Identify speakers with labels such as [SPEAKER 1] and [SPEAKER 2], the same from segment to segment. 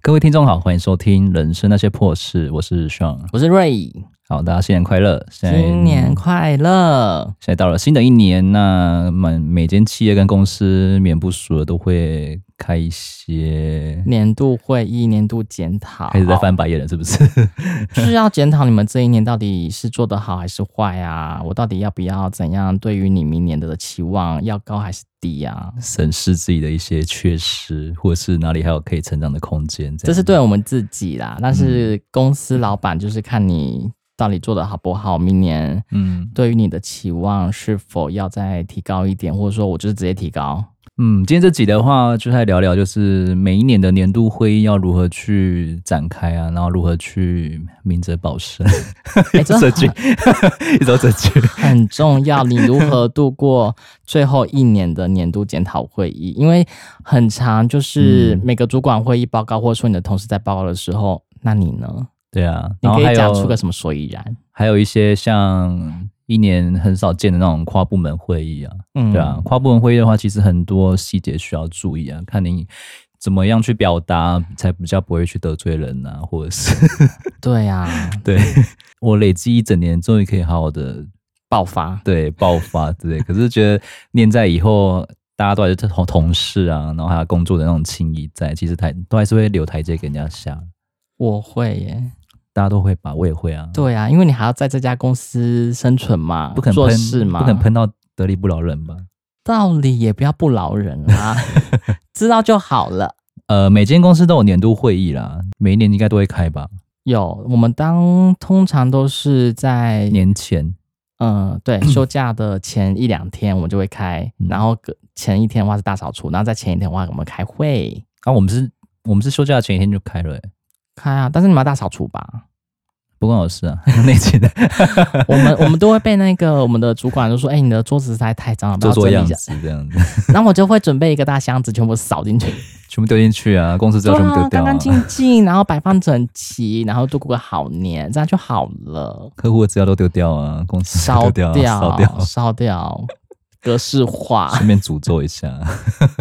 [SPEAKER 1] 各位听众好，欢迎收听《人生那些破事》，我是 Sean。
[SPEAKER 2] 我是瑞，
[SPEAKER 1] 好，大家新年快乐！现在
[SPEAKER 2] 新年快乐！
[SPEAKER 1] 现在到了新的一年，那每每间企业跟公司免不俗的都会开一些，
[SPEAKER 2] 年度会议、年度检讨，哦
[SPEAKER 1] 开始在翻白眼了，是不 是？
[SPEAKER 2] 是要检讨你们这一年到底是做得好还是坏啊？我到底要不要怎样？对于你明年的期望要高还是低啊？
[SPEAKER 1] 审视自己的一些缺失，或者是哪里还有可以成长的空间，这
[SPEAKER 2] 这
[SPEAKER 1] 样
[SPEAKER 2] 是对我们自己啦，但
[SPEAKER 1] 嗯
[SPEAKER 2] 是公司老板就是看你到底做得好不好，明年
[SPEAKER 1] 嗯
[SPEAKER 2] 对于你的期望是否要再提高一点，或者说我就是直接提高。
[SPEAKER 1] 嗯，今天这集的话，就来聊聊，就是每一年的年度会议要如何去展开啊，然后如何去明哲保身，一直这句， 一直这句，
[SPEAKER 2] 很重要，你如何度过最后一年的年度检讨会议？因为很长，
[SPEAKER 1] 嗯
[SPEAKER 2] 就是每个主管会议报告，或者说你的同事在报告的时候，那你呢？
[SPEAKER 1] 对啊，
[SPEAKER 2] 你
[SPEAKER 1] 然后
[SPEAKER 2] 可
[SPEAKER 1] 还
[SPEAKER 2] 以讲出
[SPEAKER 1] 有
[SPEAKER 2] 个什么所以然？
[SPEAKER 1] 还有一些像一年很少见的那种跨部门会议啊，
[SPEAKER 2] 嗯
[SPEAKER 1] 对啊，，跨部门会议的话，其实很多细节需要注意啊，看你怎么样去表达，才比较不会去得罪人啊，或者是
[SPEAKER 2] 对啊，
[SPEAKER 1] 对我累积一整年，终于可以好好的
[SPEAKER 2] 爆发。
[SPEAKER 1] 对爆发之类。可是觉得念在以后，大家都还是同同事啊，然后还有工作的那种情谊在，其实台都还是会留台阶给人家下，
[SPEAKER 2] 我会耶，
[SPEAKER 1] 大家都会吧，我也会啊，
[SPEAKER 2] 对啊，因为你还要在这家公司生存嘛，
[SPEAKER 1] 不肯
[SPEAKER 2] 做事
[SPEAKER 1] 喷，
[SPEAKER 2] 嘛，
[SPEAKER 1] 不肯，喷到得理不饶人吧。
[SPEAKER 2] 道理也不要不饶人 啦、知道就好了。
[SPEAKER 1] 呃，每间公司都有年度会议啦，每一年应该都会开吧，
[SPEAKER 2] 有，我们当通常都是在
[SPEAKER 1] 年前。
[SPEAKER 2] 嗯， 对，休假的前一两天我们就会开，
[SPEAKER 1] 嗯
[SPEAKER 2] 然后隔前一天的话是大扫除，然后在前一天的话我们开会
[SPEAKER 1] 啊，我们是，我们是休假的前一天就开了、欸，
[SPEAKER 2] 开啊，但是你们要大扫除吧？
[SPEAKER 1] 不关我事啊， 那间的
[SPEAKER 2] 我们我们都会被那个我们的主管就说，哎、你的桌子实在太脏了，不
[SPEAKER 1] 做
[SPEAKER 2] 要
[SPEAKER 1] 做
[SPEAKER 2] 整理
[SPEAKER 1] 样
[SPEAKER 2] 一
[SPEAKER 1] 子
[SPEAKER 2] 下。
[SPEAKER 1] 这样子，
[SPEAKER 2] 然后我就会准备一个大箱子，全部扫进去，
[SPEAKER 1] 全部丢进去啊，公司资料全部丢
[SPEAKER 2] 干
[SPEAKER 1] 掉、啊
[SPEAKER 2] 干，净净，然后摆放整齐，然后度过个好年，这样就好了。
[SPEAKER 1] 客户的资料都丢掉啊，公司资料
[SPEAKER 2] 烧
[SPEAKER 1] 丢掉啊，烧掉，
[SPEAKER 2] 烧掉， 格式化，
[SPEAKER 1] 顺便诅咒一下。啊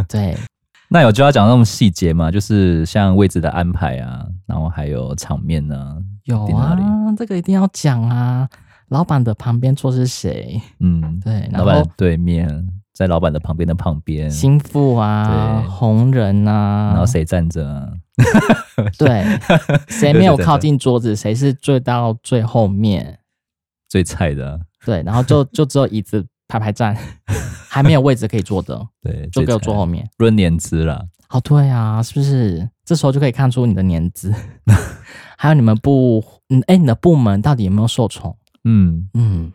[SPEAKER 2] 对，
[SPEAKER 1] 那有就要讲那种细节嘛，就是像位置的安排啊，然后还有场面啊，
[SPEAKER 2] 有
[SPEAKER 1] 点哪
[SPEAKER 2] 啊
[SPEAKER 1] 里，
[SPEAKER 2] 这个一定要讲啊。老板的旁边坐是谁？
[SPEAKER 1] 嗯，
[SPEAKER 2] 对，然
[SPEAKER 1] 老板
[SPEAKER 2] 后
[SPEAKER 1] 的对面，在老板的旁边的旁边，
[SPEAKER 2] 心腹啊，
[SPEAKER 1] 对
[SPEAKER 2] 红人
[SPEAKER 1] 然
[SPEAKER 2] 啊
[SPEAKER 1] 后，谁站着啊？
[SPEAKER 2] 对，谁没有靠近桌子，谁是最到最后面，
[SPEAKER 1] 最菜的啊、
[SPEAKER 2] 对，然后 就就只有椅子排排站，还没有位置可以坐 的，
[SPEAKER 1] 对，
[SPEAKER 2] 就
[SPEAKER 1] 最
[SPEAKER 2] 给我
[SPEAKER 1] 菜
[SPEAKER 2] 坐后面。
[SPEAKER 1] 论年资啦，
[SPEAKER 2] 哦，对啊，是不是？这时候就可以看出你的年 资，还有你们部，嗯，哎，你的部门到底有没有受宠？
[SPEAKER 1] 嗯，
[SPEAKER 2] 嗯，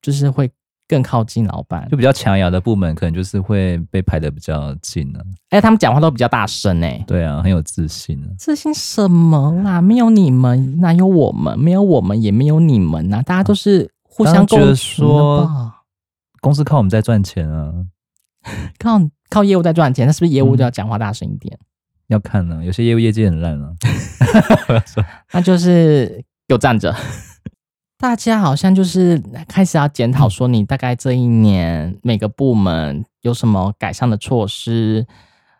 [SPEAKER 2] 就是会更靠近老板
[SPEAKER 1] 就，比较强雅的部门，可能就是会被排的比较近了、
[SPEAKER 2] 哎，他们讲话都比较大声哎、
[SPEAKER 1] 对啊，很有自信啊。
[SPEAKER 2] 自信什么啦？没有你们，哪有我们？没有我们，也没有你们啊呐、大家都是互相
[SPEAKER 1] 当然觉得
[SPEAKER 2] 共存的吧？
[SPEAKER 1] 公司靠我们在赚钱啊，
[SPEAKER 2] 靠靠业务在赚钱，那是不是业务就
[SPEAKER 1] 嗯
[SPEAKER 2] 要讲话大声一点？
[SPEAKER 1] 要看呢、啊，有些业务业绩很烂啊。
[SPEAKER 2] 那就是给我站着。 大家好像就是开始要检讨，说你大概这一年每个部门有什么改善的措施，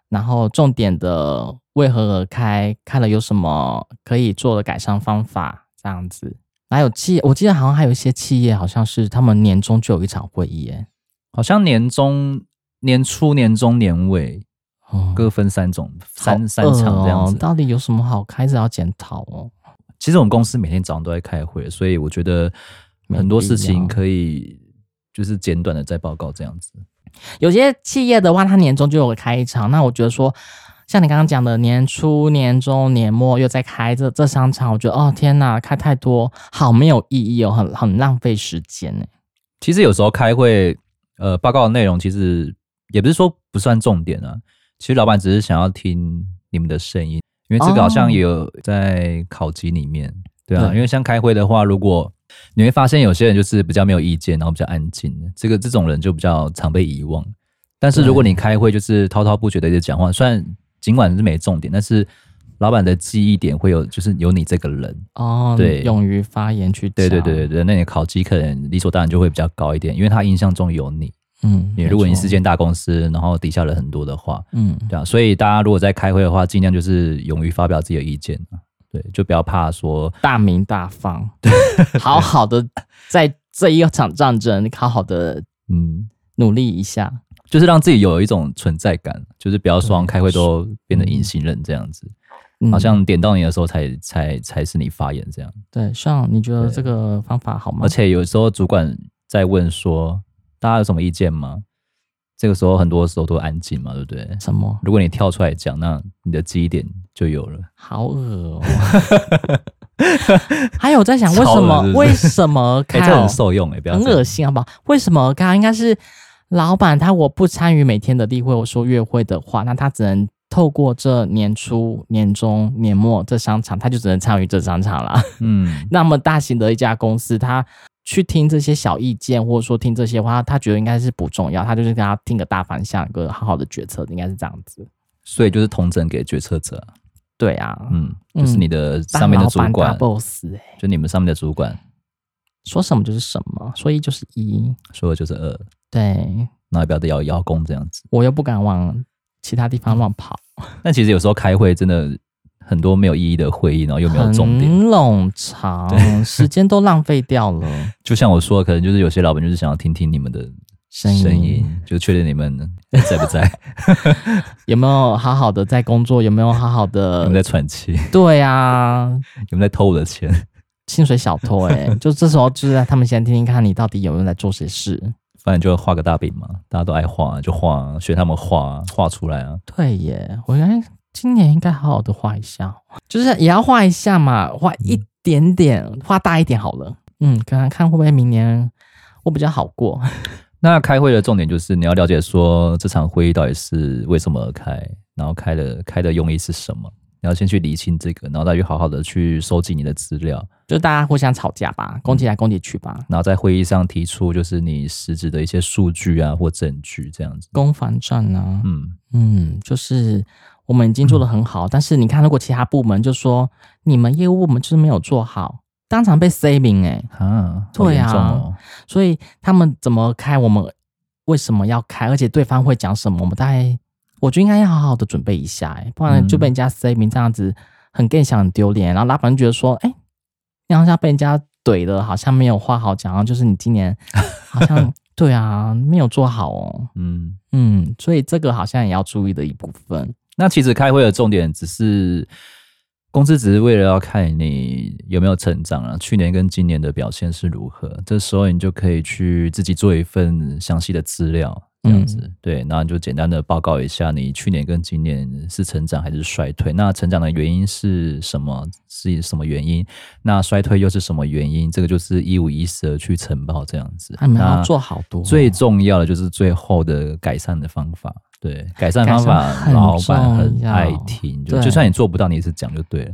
[SPEAKER 2] 然后重点的为何而开，开了有什么可以做的改善方法，这样子。还有企，我记得好像还有一些企业，好像是他们年终就有一场会议耶，
[SPEAKER 1] 好像年终、年初、年中、年尾
[SPEAKER 2] 哦
[SPEAKER 1] 各分三种，三、三
[SPEAKER 2] 好饿
[SPEAKER 1] 场这样
[SPEAKER 2] 哦
[SPEAKER 1] 子。
[SPEAKER 2] 到底有什么好开始要检讨哦？
[SPEAKER 1] 其实我们公司每天早上都在开会，所以我觉得很多事
[SPEAKER 2] 没必
[SPEAKER 1] 情
[SPEAKER 2] 要
[SPEAKER 1] 可以就是简短的再报告这样子。
[SPEAKER 2] 有些企业的话，它年终就有开一场。那我觉得说，像你刚刚讲的，年初、年中、年末又在开这这三场，我觉得哦天哪，开太多，好没有意义哦，很很浪费时间欸呢。
[SPEAKER 1] 其实有时候开会，呃，报告的内容其实也不是说不算重点啊。其实老板只是想要听你们的声音，因为这个好像
[SPEAKER 2] 哦
[SPEAKER 1] 也有在考级里面，对啊。
[SPEAKER 2] 对
[SPEAKER 1] 因为像开会的话，如果你会发现有些人就是比较没有意见，然后比较安静，这个这种人就比较常被遗忘。但是如果你开会就是滔滔不绝的一直讲话，虽然尽管是没重点，但是老板的记忆点会有，就是有你这个人，
[SPEAKER 2] 哦，
[SPEAKER 1] 对
[SPEAKER 2] 勇于发言去讲，
[SPEAKER 1] 对对对对，对，那你的考绩可能理所当然就会比较高一点，因为他印象中有你。
[SPEAKER 2] 嗯，
[SPEAKER 1] 你
[SPEAKER 2] 没
[SPEAKER 1] 如果你
[SPEAKER 2] 错
[SPEAKER 1] 是间大公司，然后底下人很多的话，
[SPEAKER 2] 嗯
[SPEAKER 1] 对啊，所以大家如果在开会的话，尽量就是勇于发表自己的意见啊对，就不要怕说
[SPEAKER 2] 大鸣大放，好好的在这一场战争，好好的
[SPEAKER 1] 嗯，
[SPEAKER 2] 努力一下。
[SPEAKER 1] 就是让自己有一种存在感，啊就是不要说好像开会都变成隐形人这样子，
[SPEAKER 2] 嗯
[SPEAKER 1] 好像点到你的时候才才才是你发言这样。
[SPEAKER 2] 对，像你觉得
[SPEAKER 1] 对
[SPEAKER 2] 这个方法好吗？
[SPEAKER 1] 而且有时候主管在问说大家有什么意见吗？这个时候很多时候都安静嘛，对不对？
[SPEAKER 2] 什么
[SPEAKER 1] 如果你跳出来讲，那你的记忆点就有了。
[SPEAKER 2] 好 恶哦！还有我在想，为什
[SPEAKER 1] 超恶是
[SPEAKER 2] 么
[SPEAKER 1] 不是
[SPEAKER 2] 为什么
[SPEAKER 1] 哎、
[SPEAKER 2] 开
[SPEAKER 1] 这很受用哎、不要
[SPEAKER 2] 很
[SPEAKER 1] 这样
[SPEAKER 2] 恶心，好不好？为什么呃刚刚应该是呃老板他我不参与每天的例会，我说月会的话，那他只能透过这年初、年中、年末这商场，他就只能参与这商场 啦。
[SPEAKER 1] 嗯，
[SPEAKER 2] 那么大型的一家公司，他去听这些小意见，或者说听这些话，他觉得应该是不重要，他就是跟他听个大方向，有个好好的决策，应该是这样子。
[SPEAKER 1] 所以就是同整给决策者，
[SPEAKER 2] 对啊，
[SPEAKER 1] 嗯，就是
[SPEAKER 2] 嗯
[SPEAKER 1] 你的上面的主
[SPEAKER 2] 大老板
[SPEAKER 1] 管，
[SPEAKER 2] 大 boss，、欸、
[SPEAKER 1] 就你们上面的主管
[SPEAKER 2] 说什么就是什么，说一就是一。
[SPEAKER 1] 说的就是二，
[SPEAKER 2] 对
[SPEAKER 1] 然后也不要摇摇弓这样子。
[SPEAKER 2] 我又不敢往其他地方乱跑，
[SPEAKER 1] 但其实有时候开会真的很多没有意义的会议，然后又没有重点。
[SPEAKER 2] 很冗长，时间都浪费掉了。
[SPEAKER 1] 就像我说的，可能就是有些老板就是想要听听你们的
[SPEAKER 2] 声 音
[SPEAKER 1] 声音，就确认你们在不 在，
[SPEAKER 2] 有没有好好的在工作？有没有好 好
[SPEAKER 1] 你
[SPEAKER 2] 的
[SPEAKER 1] 们？在喘气，
[SPEAKER 2] 对啊，
[SPEAKER 1] 你们在偷我的钱。
[SPEAKER 2] 薪水小偷哎、 就这时候就是让他们先听听看你到底有没有在做些事。
[SPEAKER 1] 反正就画个大饼嘛，大家都爱画，就画啊，学他们画啊，画出来啊。
[SPEAKER 2] 对耶，我应该今年应该好好的画一下，哦就是也要画一下嘛，画一点点，
[SPEAKER 1] 嗯
[SPEAKER 2] 画大一点好了。嗯，看看看会不会明年我比较好过。
[SPEAKER 1] 那开会的重点就是你要了解说这场会议到底是为什么而开，然后开的开的用意是什么，你要先去理清这个，然后再去好好的去收集你的资料，
[SPEAKER 2] 就大家互相吵架吧，攻击来攻击去吧，
[SPEAKER 1] 然后在会议上提出就是你实质的一些数据啊或证据这样子。
[SPEAKER 2] 攻防战啊，
[SPEAKER 1] 嗯，
[SPEAKER 2] 嗯，就是我们已经做得很好，但是你看，如果其他部门就说你们业务部门就是没有做好，当场被 C 名哎、
[SPEAKER 1] 啊，好
[SPEAKER 2] 对
[SPEAKER 1] 严
[SPEAKER 2] 啊
[SPEAKER 1] 重哦。
[SPEAKER 2] 所以他们怎么开，我们为什么要开，而且对方会讲什么，我们大概我觉得应该要好好的准备一下、欸，不然
[SPEAKER 1] 嗯
[SPEAKER 2] 就被人家 C 名这样子很更想很丢脸，然后老板就觉得说，哎、你好像被人家怼的，好像没有话好讲，然后就是你今年好像对啊，没有做好哦，
[SPEAKER 1] 嗯，
[SPEAKER 2] 嗯，所以这个好像也要注意的一部分，
[SPEAKER 1] 那其实开会的重点只是公司只是为了要看你有没有成长啊，去年跟今年的表现是如何。这时候你就可以去自己做一份详细的资料，这样子、对，然后你就简单的报告一下你去年跟今年是成长还是衰退，那成长的原因是什么？是什么原因？那衰退又是什么原因？这个就是一五一十的去呈报这样子。
[SPEAKER 2] 他啊们
[SPEAKER 1] 那
[SPEAKER 2] 要做好多哦、
[SPEAKER 1] 最重要的就是最后的改善的方法。对，改善方
[SPEAKER 2] 改善
[SPEAKER 1] 法
[SPEAKER 2] 很
[SPEAKER 1] 老板很
[SPEAKER 2] 重要
[SPEAKER 1] 爱听，就
[SPEAKER 2] 对
[SPEAKER 1] 就算你做不到，你也是讲就对了。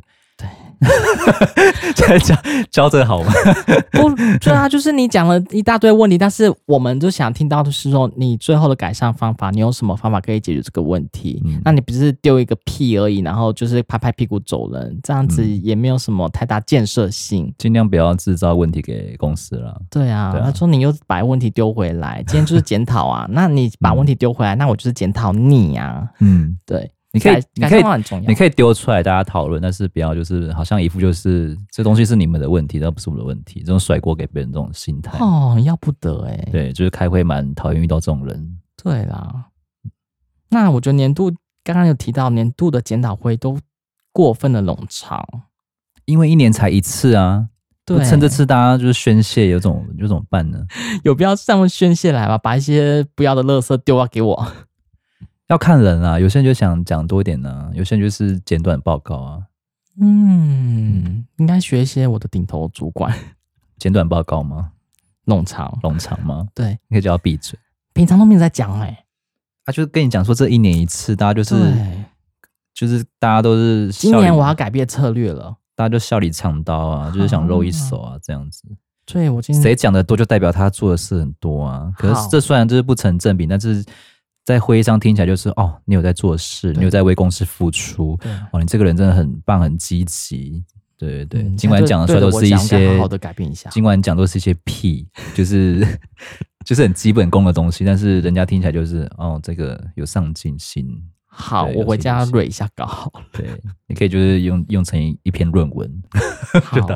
[SPEAKER 1] 对， 在教教这个好吗？
[SPEAKER 2] 不，对啊，就是你讲了一大堆问题，但是我们就想听到的是说，你最后的改善方法，你有什么方法可以解决这个问题？
[SPEAKER 1] 嗯
[SPEAKER 2] 那你不是丢一个屁而已，然后就是拍拍屁股走人，这样子
[SPEAKER 1] 嗯
[SPEAKER 2] 也没有什么太大建设性。
[SPEAKER 1] 尽量不要制造问题给公司啦。
[SPEAKER 2] 对啊，
[SPEAKER 1] 对啊
[SPEAKER 2] 他说你又把问题丢回来，今天就是检讨啊。那你把问题丢回来，那我就是检讨你啊。
[SPEAKER 1] 嗯，
[SPEAKER 2] 对，
[SPEAKER 1] 你可以
[SPEAKER 2] 改
[SPEAKER 1] 你
[SPEAKER 2] 改
[SPEAKER 1] 可以
[SPEAKER 2] 善啊方法很重要
[SPEAKER 1] 你。可以丢出来大家讨论，但是不要就是好像一副就是这东西是你们的问题，那不是我的问题，这种甩锅给别人这种心态。
[SPEAKER 2] 哦，要不得哎、
[SPEAKER 1] 对，就是开会蛮讨厌遇到这种人。
[SPEAKER 2] 对啦，那我觉得年度刚刚有提到年度的检讨会都过分的冗长，
[SPEAKER 1] 因为一年才一次啊，
[SPEAKER 2] 对
[SPEAKER 1] 不趁这次大家就是宣泄，有种有种办呢？
[SPEAKER 2] 有必要这样宣泄来吧？把一些不要的垃圾丢啊到给我。
[SPEAKER 1] 要看人啊，有些人就想讲多一点呢、有些人就是简短报告啊，
[SPEAKER 2] 嗯，应该学一些我的顶头主管
[SPEAKER 1] 简短报告吗？
[SPEAKER 2] 冗长。
[SPEAKER 1] 冗长吗？
[SPEAKER 2] 对，
[SPEAKER 1] 你可以叫他闭嘴。
[SPEAKER 2] 平常都没有在讲哎、
[SPEAKER 1] 他、就是跟你讲说，这一年一次，大家就是
[SPEAKER 2] 对，
[SPEAKER 1] 就是大家都是笑
[SPEAKER 2] 今
[SPEAKER 1] 里
[SPEAKER 2] 年我要改变策略了。
[SPEAKER 1] 大家就笑里藏刀啊，就是想露一手啊，这样子。
[SPEAKER 2] 对，我今
[SPEAKER 1] 谁
[SPEAKER 2] 年
[SPEAKER 1] 讲的多，就代表他做的事很多啊。可是
[SPEAKER 2] 嗯好
[SPEAKER 1] 这虽然就是不成正比，但是在会议上听起来就是哦，你有在做事，
[SPEAKER 2] 对
[SPEAKER 1] 你有在为公司付出，
[SPEAKER 2] 对
[SPEAKER 1] 哦，你这个人真的很棒，很积极。对对对，
[SPEAKER 2] 嗯
[SPEAKER 1] 尽管讲的出来
[SPEAKER 2] 对
[SPEAKER 1] 都
[SPEAKER 2] 我
[SPEAKER 1] 是一
[SPEAKER 2] 想我该
[SPEAKER 1] 些
[SPEAKER 2] 好好的改变一下。
[SPEAKER 1] 尽管讲都是一些屁，就是就是很基本功的东西，但是人家听起来就是哦，这个有上进心。
[SPEAKER 2] 好，
[SPEAKER 1] 对
[SPEAKER 2] 我
[SPEAKER 1] 有
[SPEAKER 2] 回
[SPEAKER 1] 信
[SPEAKER 2] 家
[SPEAKER 1] 心
[SPEAKER 2] 蕊一下 稿好了。
[SPEAKER 1] 对，你可以就是用用成一篇论文，
[SPEAKER 2] 好，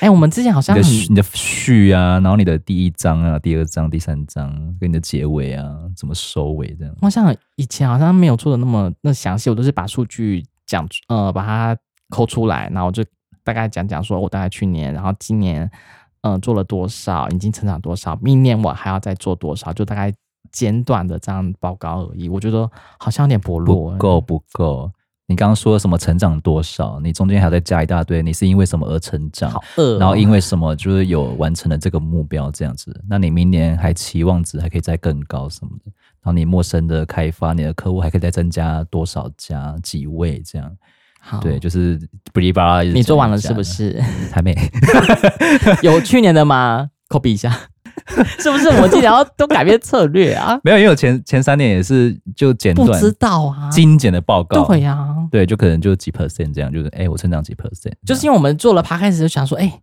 [SPEAKER 2] 哎、我们之前好
[SPEAKER 1] 你
[SPEAKER 2] 像
[SPEAKER 1] 的
[SPEAKER 2] 很
[SPEAKER 1] 序你的序啊，然后你的第一章啊、第二章、第三章，跟你的结尾啊，怎么收尾这样。
[SPEAKER 2] 我想以前好像没有做的那么那详细，我都是把数据讲出呃把它抠出来，然后就大概讲讲说我大概去年，然后今年嗯、呃做了多少，已经成长多少，明年我还要再做多少，就大概简短的这样报告而已。我觉得好像有点薄弱、
[SPEAKER 1] 不够不够。你刚刚说什么成长多少？你中间还要再加一大堆，你是因为什么而成长？
[SPEAKER 2] 好饿哦、
[SPEAKER 1] 然后因为什么就是有完成了这个目标这样子，那你明年还期望值还可以再更高什么的，然后你陌生的开发，你的客户还可以再增加多少家几位这样，
[SPEAKER 2] 好
[SPEAKER 1] 对，。就是哔哩吧啦。
[SPEAKER 2] 你做完了是不？是？
[SPEAKER 1] 还没，
[SPEAKER 2] 有去年的吗？copy 一下， 是不是？我记得要多改变策略 啊！
[SPEAKER 1] 没有，因为我前前三年也是就简
[SPEAKER 2] 不
[SPEAKER 1] 短
[SPEAKER 2] 知道啊，
[SPEAKER 1] 精简的报告，
[SPEAKER 2] 对呀、啊，
[SPEAKER 1] 对，就可能就几 percent 这样，就是哎、我成长几 percent，
[SPEAKER 2] 就是因为我们做了 p 开始就想说，哎、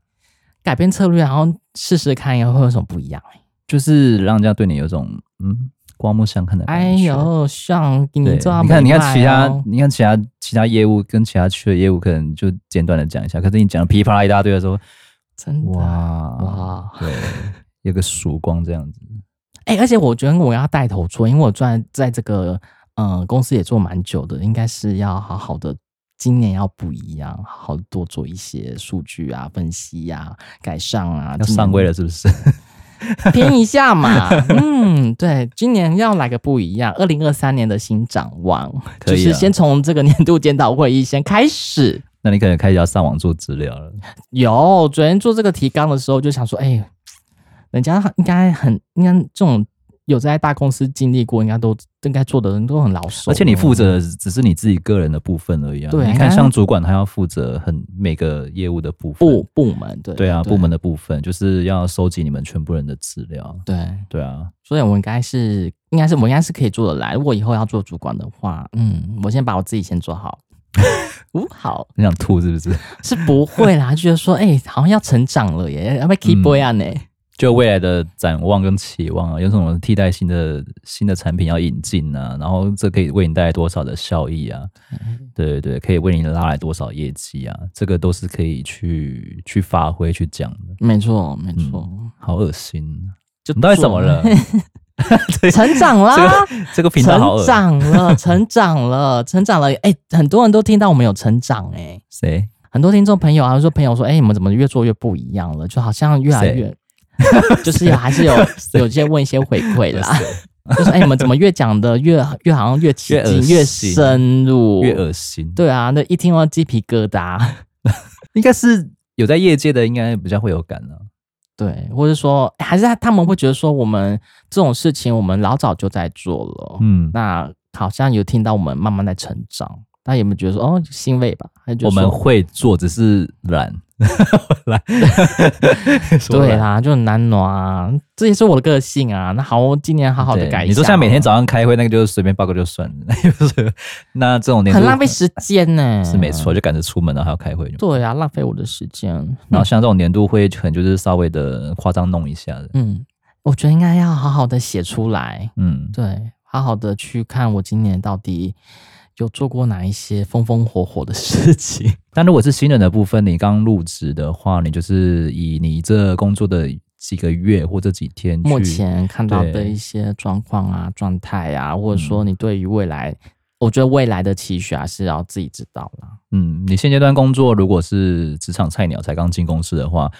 [SPEAKER 2] 改变策略，然后试试看，以后会有什么不一样、
[SPEAKER 1] 就是让人家对你有种嗯刮目相看的感觉。
[SPEAKER 2] 哎呦，像
[SPEAKER 1] 对
[SPEAKER 2] 你这样、
[SPEAKER 1] 你看，你看其
[SPEAKER 2] 啊
[SPEAKER 1] 他，
[SPEAKER 2] 哦
[SPEAKER 1] 你看其他其他业务跟其他区的业务，可能就简短的讲一下。可是你讲得噼啪啦一大堆的时候，
[SPEAKER 2] 真的
[SPEAKER 1] 哇
[SPEAKER 2] 哇，
[SPEAKER 1] 对，有个曙光这样子。
[SPEAKER 2] 哎、而且我觉得我要带头做，因为我在在这个呃公司也做蛮久的，应该是要好好的。今年要不一样，好好地多做一些数据啊、分析啊、改善啊，
[SPEAKER 1] 要
[SPEAKER 2] 今年
[SPEAKER 1] 上 位了是不是？
[SPEAKER 2] 拼一下嘛。嗯，对，今年要来个不一样，二零二三年的新展望，
[SPEAKER 1] 可
[SPEAKER 2] 就
[SPEAKER 1] 以啊
[SPEAKER 2] 是先从这个年度检讨会议先开始。
[SPEAKER 1] 那你可能开始要上网做资料了。
[SPEAKER 2] 有，昨天做这个提纲的时候就想说，哎、人家应该很应该这种有在大公司经历过，应该都应该做的人都很老手
[SPEAKER 1] 而
[SPEAKER 2] 了，
[SPEAKER 1] 且你负责的只是你自己个人的部分而已啊。
[SPEAKER 2] 对哎
[SPEAKER 1] 你看像主管他要负责很每个业务的部分。
[SPEAKER 2] 部部门，对
[SPEAKER 1] 对啊，部门的部分就是要收集你们全部人的资料。
[SPEAKER 2] 对，
[SPEAKER 1] 对啊，
[SPEAKER 2] 所以我应该是应该是我应该是可以做得来。如果以后要做主管的话，嗯，我先把我自己先 做好。嗯，好，
[SPEAKER 1] 你想吐是不是？
[SPEAKER 2] 是不会啦，就觉得说，哎、好像要成长了耶，要不
[SPEAKER 1] 嗯
[SPEAKER 2] 要 keep boy 啊呢？
[SPEAKER 1] 就未来的展望跟期望啊，有什么替代性的新的产品要引进啊？然后这可以为你带来多少的效益啊？
[SPEAKER 2] 嗯
[SPEAKER 1] 对对对，可以为你拉来多少业绩啊？这个都是可以去去发挥去讲的。
[SPEAKER 2] 没错，没错，
[SPEAKER 1] 好恶心，
[SPEAKER 2] 就
[SPEAKER 1] 你到底怎么
[SPEAKER 2] 做？
[SPEAKER 1] 了？
[SPEAKER 2] 成长啦，
[SPEAKER 1] 这个频道好恶
[SPEAKER 2] 成长了， 成长了，成长了。哎、很多人都听到我们有成长、哎，
[SPEAKER 1] 谁？
[SPEAKER 2] 很多听众朋友啊，说朋友说，哎、你们怎么越做越不一样了？就好像越来越， 就是有还是有有些问一些回馈啦， 就是哎、你们怎么越讲的越越好像越起
[SPEAKER 1] 越恶
[SPEAKER 2] 劲越
[SPEAKER 1] 心
[SPEAKER 2] 深入，
[SPEAKER 1] 越恶心，
[SPEAKER 2] 对啊，那一听到鸡皮疙瘩。
[SPEAKER 1] 应该是有在业界的，应该比较会有感啊。
[SPEAKER 2] 对，或者说诶还是他他们会觉得说我们这种事情我们老早就在做了，
[SPEAKER 1] 嗯，
[SPEAKER 2] 那好像有听到我们慢慢在成长，大家有没有觉得说哦欣慰吧？还是觉
[SPEAKER 1] 我
[SPEAKER 2] 得说
[SPEAKER 1] 们会做，只是懒， 懒， 说
[SPEAKER 2] 对啊
[SPEAKER 1] 懒
[SPEAKER 2] 啦，就很难挪啊，这也是我的个性啊。那好，我今年好好的
[SPEAKER 1] 对
[SPEAKER 2] 改一下。哦
[SPEAKER 1] 你说像每天早上开会，那个就是随便报告就算了， 就是那这种年
[SPEAKER 2] 很
[SPEAKER 1] 度
[SPEAKER 2] 浪费时间 呢、
[SPEAKER 1] 是没。错，就赶着出门然后还要开会。
[SPEAKER 2] 对啊，浪费我的时间。
[SPEAKER 1] 然后像这种年度会，可能就是稍微的夸张弄一下的，
[SPEAKER 2] 嗯，我觉得应该要好好的写出来，
[SPEAKER 1] 嗯，
[SPEAKER 2] 对，好好的去看我今年到底有做过哪一些风风火火的事情。
[SPEAKER 1] 但如果是新人的部分，你刚入职的话，你就是以你这工作的几个月或这几天去，
[SPEAKER 2] 目前看到的
[SPEAKER 1] 对嗯
[SPEAKER 2] 一些状况啊、状态啊，或者说你对于未来，我觉得未来的期许还是要自己知道啦。
[SPEAKER 1] 嗯，你现阶段工作如果是职场菜鸟才刚进公司的话，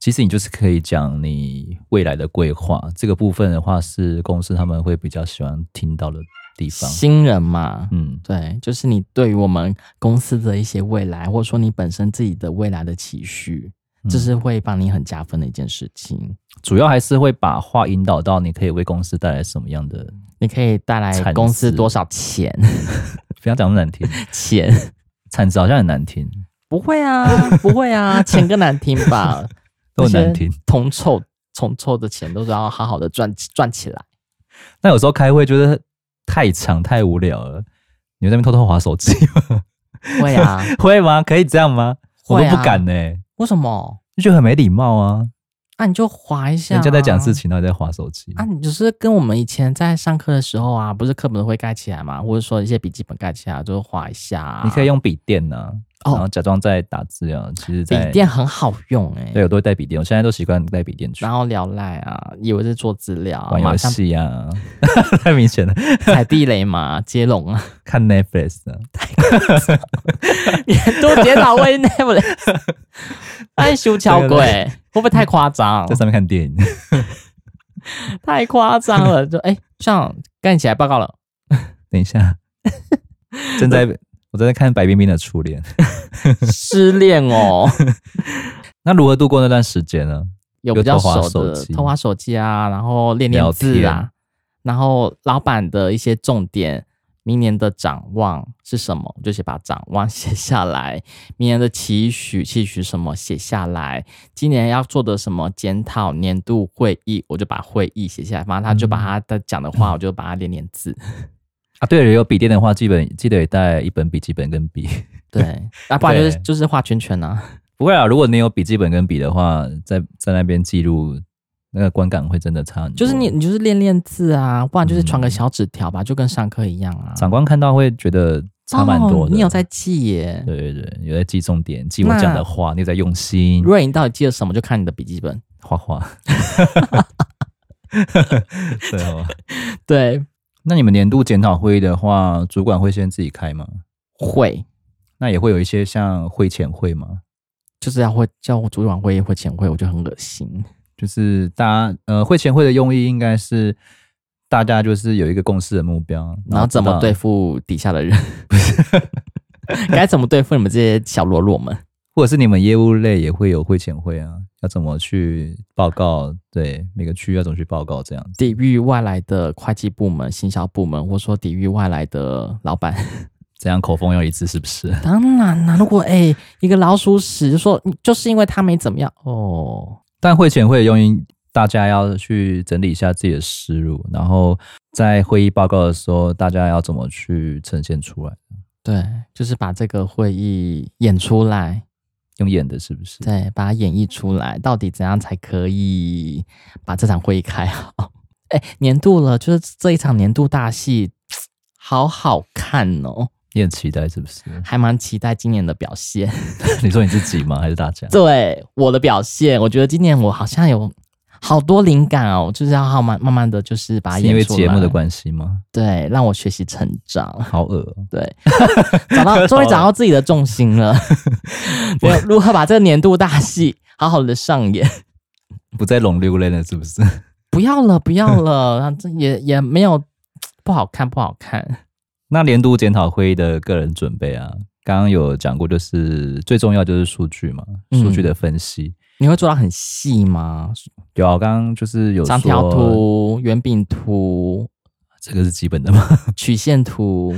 [SPEAKER 1] 其实你就是可以讲你未来的规划这个部分的话，是公司他们会比较喜欢听到的地方。
[SPEAKER 2] 新人嘛，
[SPEAKER 1] 啊嗯，
[SPEAKER 2] 对，就是你对于我们公司的一些未来，或者说你本身自己的未来的期许，
[SPEAKER 1] 嗯
[SPEAKER 2] 这是会帮你很加分的一件事情。
[SPEAKER 1] 主要还是会把话引导到你可以为公司带来什么样的，
[SPEAKER 2] 你可以带来
[SPEAKER 1] 产
[SPEAKER 2] 公司
[SPEAKER 1] 值
[SPEAKER 2] 多少 钱？
[SPEAKER 1] 不要讲那么难 听，
[SPEAKER 2] 钱
[SPEAKER 1] 产值好像很难听，
[SPEAKER 2] 不会啊，不会啊，钱更难听吧？
[SPEAKER 1] 都很
[SPEAKER 2] 那些
[SPEAKER 1] 难听。
[SPEAKER 2] 铜臭铜臭的钱都是要好好的赚赚起来。
[SPEAKER 1] 那有时候开会就是太长太无聊了，你会在那边偷偷划手机 吗？
[SPEAKER 2] 会啊，
[SPEAKER 1] 会吗？可以这样吗？我
[SPEAKER 2] 会
[SPEAKER 1] 都
[SPEAKER 2] 啊
[SPEAKER 1] 不敢呢、
[SPEAKER 2] 为什么？
[SPEAKER 1] 就觉得很没礼貌啊。
[SPEAKER 2] 啊，你就划一下、啊。
[SPEAKER 1] 人家在讲事情，然后你在划手机
[SPEAKER 2] 啊，你就是跟我们以前在上课的时候啊，不是课本都会盖起来嘛，或者说一些笔记本盖起来，就是划一下、啊。
[SPEAKER 1] 你可以用笔电呢、
[SPEAKER 2] 哦
[SPEAKER 1] 然后假装在打字啊，其实在
[SPEAKER 2] 笔电很好用哎、
[SPEAKER 1] 对，我都会带笔电，我现在都习惯带笔电去
[SPEAKER 2] 然后聊赖啊，以为是做资料啊，
[SPEAKER 1] 玩
[SPEAKER 2] 马
[SPEAKER 1] 游
[SPEAKER 2] 上
[SPEAKER 1] 戏啊， 太明显了，
[SPEAKER 2] 踩地 雷嘛，接龙啊，
[SPEAKER 1] 看 Netflix 啊，
[SPEAKER 2] 哦年度检讨会 Netflix，哎，修桥
[SPEAKER 1] 对
[SPEAKER 2] 鬼会不会太夸张
[SPEAKER 1] 在？上面看电影，
[SPEAKER 2] 太夸张了，就哎，像干起来报告了，
[SPEAKER 1] 等一 下，正在我正在看白冰冰的初恋，
[SPEAKER 2] 失恋哦，
[SPEAKER 1] 那如何度过那段时间呢？
[SPEAKER 2] 有
[SPEAKER 1] 有
[SPEAKER 2] 比较
[SPEAKER 1] 偷滑
[SPEAKER 2] 熟的
[SPEAKER 1] 手机
[SPEAKER 2] 偷滑手机啊，然后练
[SPEAKER 1] 聊
[SPEAKER 2] 练字
[SPEAKER 1] 天
[SPEAKER 2] 啊，然后老板的一些重点，明年的展望是什么，我就先把展望 写下来，明年的期许期许什么写下来，今年要做的什么检讨年度会议，我就把会议写下来，反正他就
[SPEAKER 1] 嗯
[SPEAKER 2] 把他的讲的话，我就把它练练字，
[SPEAKER 1] 啊，对了，有笔电的话，基本记得也带一本笔记本跟笔。
[SPEAKER 2] 对，啊，不然就是
[SPEAKER 1] 对
[SPEAKER 2] 就是画圈圈啊。
[SPEAKER 1] 不会啊，如果你有笔记本跟笔的话，在在那边记录，那个观感会真的差很多。
[SPEAKER 2] 就是你，你就是练练字啊，不然就是传个小纸条吧，就跟上课一样啊。
[SPEAKER 1] 嗯长官看到会觉得差蛮多
[SPEAKER 2] 哦
[SPEAKER 1] 的。
[SPEAKER 2] 你有在记耶？
[SPEAKER 1] 对对对，有在记重点，记我讲的话，你有在用心
[SPEAKER 2] 如果你到底记了什么，就看你的笔记本。
[SPEAKER 1] 画画。 对哦，
[SPEAKER 2] 对，
[SPEAKER 1] 那你们年度检讨会议的话，主管会先自己开吗？
[SPEAKER 2] 会
[SPEAKER 1] 那也会有一些像会前会吗？
[SPEAKER 2] 就是要会叫我主管会议或前会，我就很恶心。
[SPEAKER 1] 就是大家呃，会前会的用意应该是大家就是有一个共识的目标，
[SPEAKER 2] 然后
[SPEAKER 1] 知道
[SPEAKER 2] 怎么对付底下的人？ 该怎么对付你们这些小喽啰们？
[SPEAKER 1] 或者是你们业务类也会有会前会啊，要怎么去报告？对，每个区要怎么去报告这样子？
[SPEAKER 2] 抵御外来的会计部门、行销部门，或者说抵御外来的老板。
[SPEAKER 1] 怎样口风要一致是不是？
[SPEAKER 2] 当然啦、如果哎、一个老鼠屎就说你就是因为他没怎么样哦，
[SPEAKER 1] 但会前会的用意，大家要去整理一下自己的思路，然后在会议报告的时候，大家要怎么去呈现出来？
[SPEAKER 2] 对，就是把这个会议演出来，
[SPEAKER 1] 用演的是不是？
[SPEAKER 2] 对，把它演绎出来，到底怎样才可以把这场会议开好？ 哎，年度了，就是这一场年度大戏，好好看哦，
[SPEAKER 1] 你很期待是不是？
[SPEAKER 2] 还蛮期待今年的表现。
[SPEAKER 1] 你说你自己吗？还是大 家？
[SPEAKER 2] 对我的表现，我觉得今年我好像有好多灵感哦，就是要好慢慢慢的就是把它
[SPEAKER 1] 是因
[SPEAKER 2] 演
[SPEAKER 1] 为
[SPEAKER 2] 出来。
[SPEAKER 1] 节目的关系吗？
[SPEAKER 2] 对，让我学习成长。
[SPEAKER 1] 好恶哦、
[SPEAKER 2] 对， 找到终于找到自己的重心了，没有如何把这个年度大戏好好的上演。
[SPEAKER 1] 不再拢溜类了是不是？
[SPEAKER 2] 不要了，不要了，啊这也也没有不好看，不好看。
[SPEAKER 1] 那年度检讨会议的个人准备啊，刚刚有讲过，就是最重要就是数据嘛，
[SPEAKER 2] 嗯
[SPEAKER 1] 数据的分析。
[SPEAKER 2] 你会做到很细吗？
[SPEAKER 1] 有啊，我刚刚就是有
[SPEAKER 2] 长条
[SPEAKER 1] 说，
[SPEAKER 2] 图、圆饼 图、
[SPEAKER 1] 这个是基本的嘛，
[SPEAKER 2] 曲线图，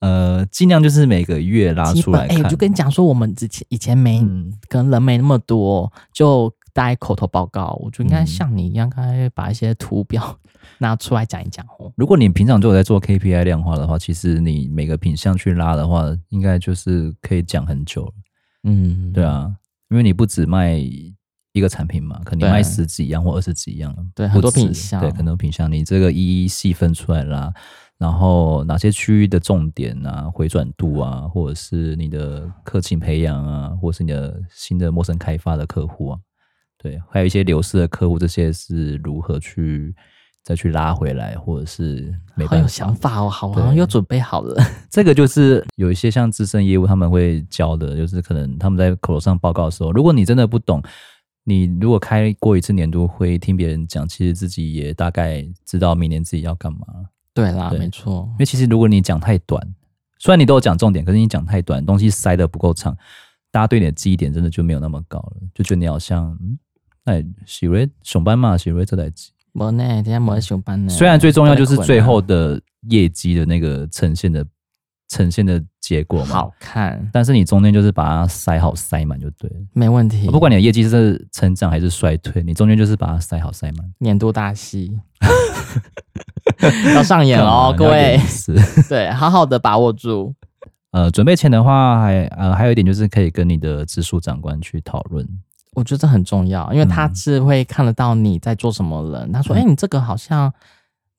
[SPEAKER 1] 呃，尽量就是每个月拉
[SPEAKER 2] 基
[SPEAKER 1] 出
[SPEAKER 2] 本
[SPEAKER 1] 来
[SPEAKER 2] 哎、
[SPEAKER 1] 看。
[SPEAKER 2] 我就跟你讲说，我们之前以前没、
[SPEAKER 1] 嗯，
[SPEAKER 2] 可能人没那么多，就大家口头报告，我就应该
[SPEAKER 1] 嗯
[SPEAKER 2] 像你一样，应该把一些图表 拿出来讲一讲哦。
[SPEAKER 1] 如果你平常就有在做 KPI 量化的话，其实你每个品项去拉的话，应该就是可以讲很久了。
[SPEAKER 2] 嗯，
[SPEAKER 1] 对啊，因为你不只卖一个产品嘛，可能
[SPEAKER 2] 对
[SPEAKER 1] 你卖十几样或二十几样，
[SPEAKER 2] 对
[SPEAKER 1] 不
[SPEAKER 2] 很多
[SPEAKER 1] 止
[SPEAKER 2] 品项
[SPEAKER 1] 对，很多品项，你这个一一细分出来啦。然后哪些区域的重点啊、回转度啊，或者是你的客情培养啊，或者是你的新的陌生开发的客户啊，对，还有一些流失的客户，这些是如何去再去拉回来，或者是没
[SPEAKER 2] 好
[SPEAKER 1] 办
[SPEAKER 2] 有
[SPEAKER 1] 法，
[SPEAKER 2] 想法哦，好，好
[SPEAKER 1] 对
[SPEAKER 2] 像又准备好了。
[SPEAKER 1] 这个就是有一些像资深业务他们会教的，就是可能他们在口头上报告的时候，如果你真的不懂，你如果开过一次年度会，听别人讲，其实自己也大概知道明年自己要干嘛。
[SPEAKER 2] 对啦，
[SPEAKER 1] 对
[SPEAKER 2] 没错，
[SPEAKER 1] 因为其实如果你讲太短，虽然你都有讲重点，可是你讲太短，东西塞得不够长，大家对你的记忆点真的就没有那么高了，就觉得你好像。嗯哎，喜瑞熊班嘛，喜瑞这台机，
[SPEAKER 2] 没呢，今天没在上班呢。
[SPEAKER 1] 虽然最重要就是
[SPEAKER 2] 都在困啊
[SPEAKER 1] 最后的业绩的那个呈现的呈现的结果嘛，
[SPEAKER 2] 好看，
[SPEAKER 1] 但是你中间就是把它塞好塞满就对了。
[SPEAKER 2] 没问题。
[SPEAKER 1] 不管你的业绩是成长还是衰退，你中间就是把它塞好塞满。
[SPEAKER 2] 年度大戏 要 上
[SPEAKER 1] 嗯
[SPEAKER 2] 演哦，
[SPEAKER 1] 啊
[SPEAKER 2] 各位，
[SPEAKER 1] 是
[SPEAKER 2] 对，好好的把握住。
[SPEAKER 1] 呃，准备前的话还呃还有一点就是可以跟你的直属长官去讨论，
[SPEAKER 2] 我觉得这很重要，因为
[SPEAKER 1] 嗯
[SPEAKER 2] 他是会看得到你在做什么人。他说：“哎、你这个好像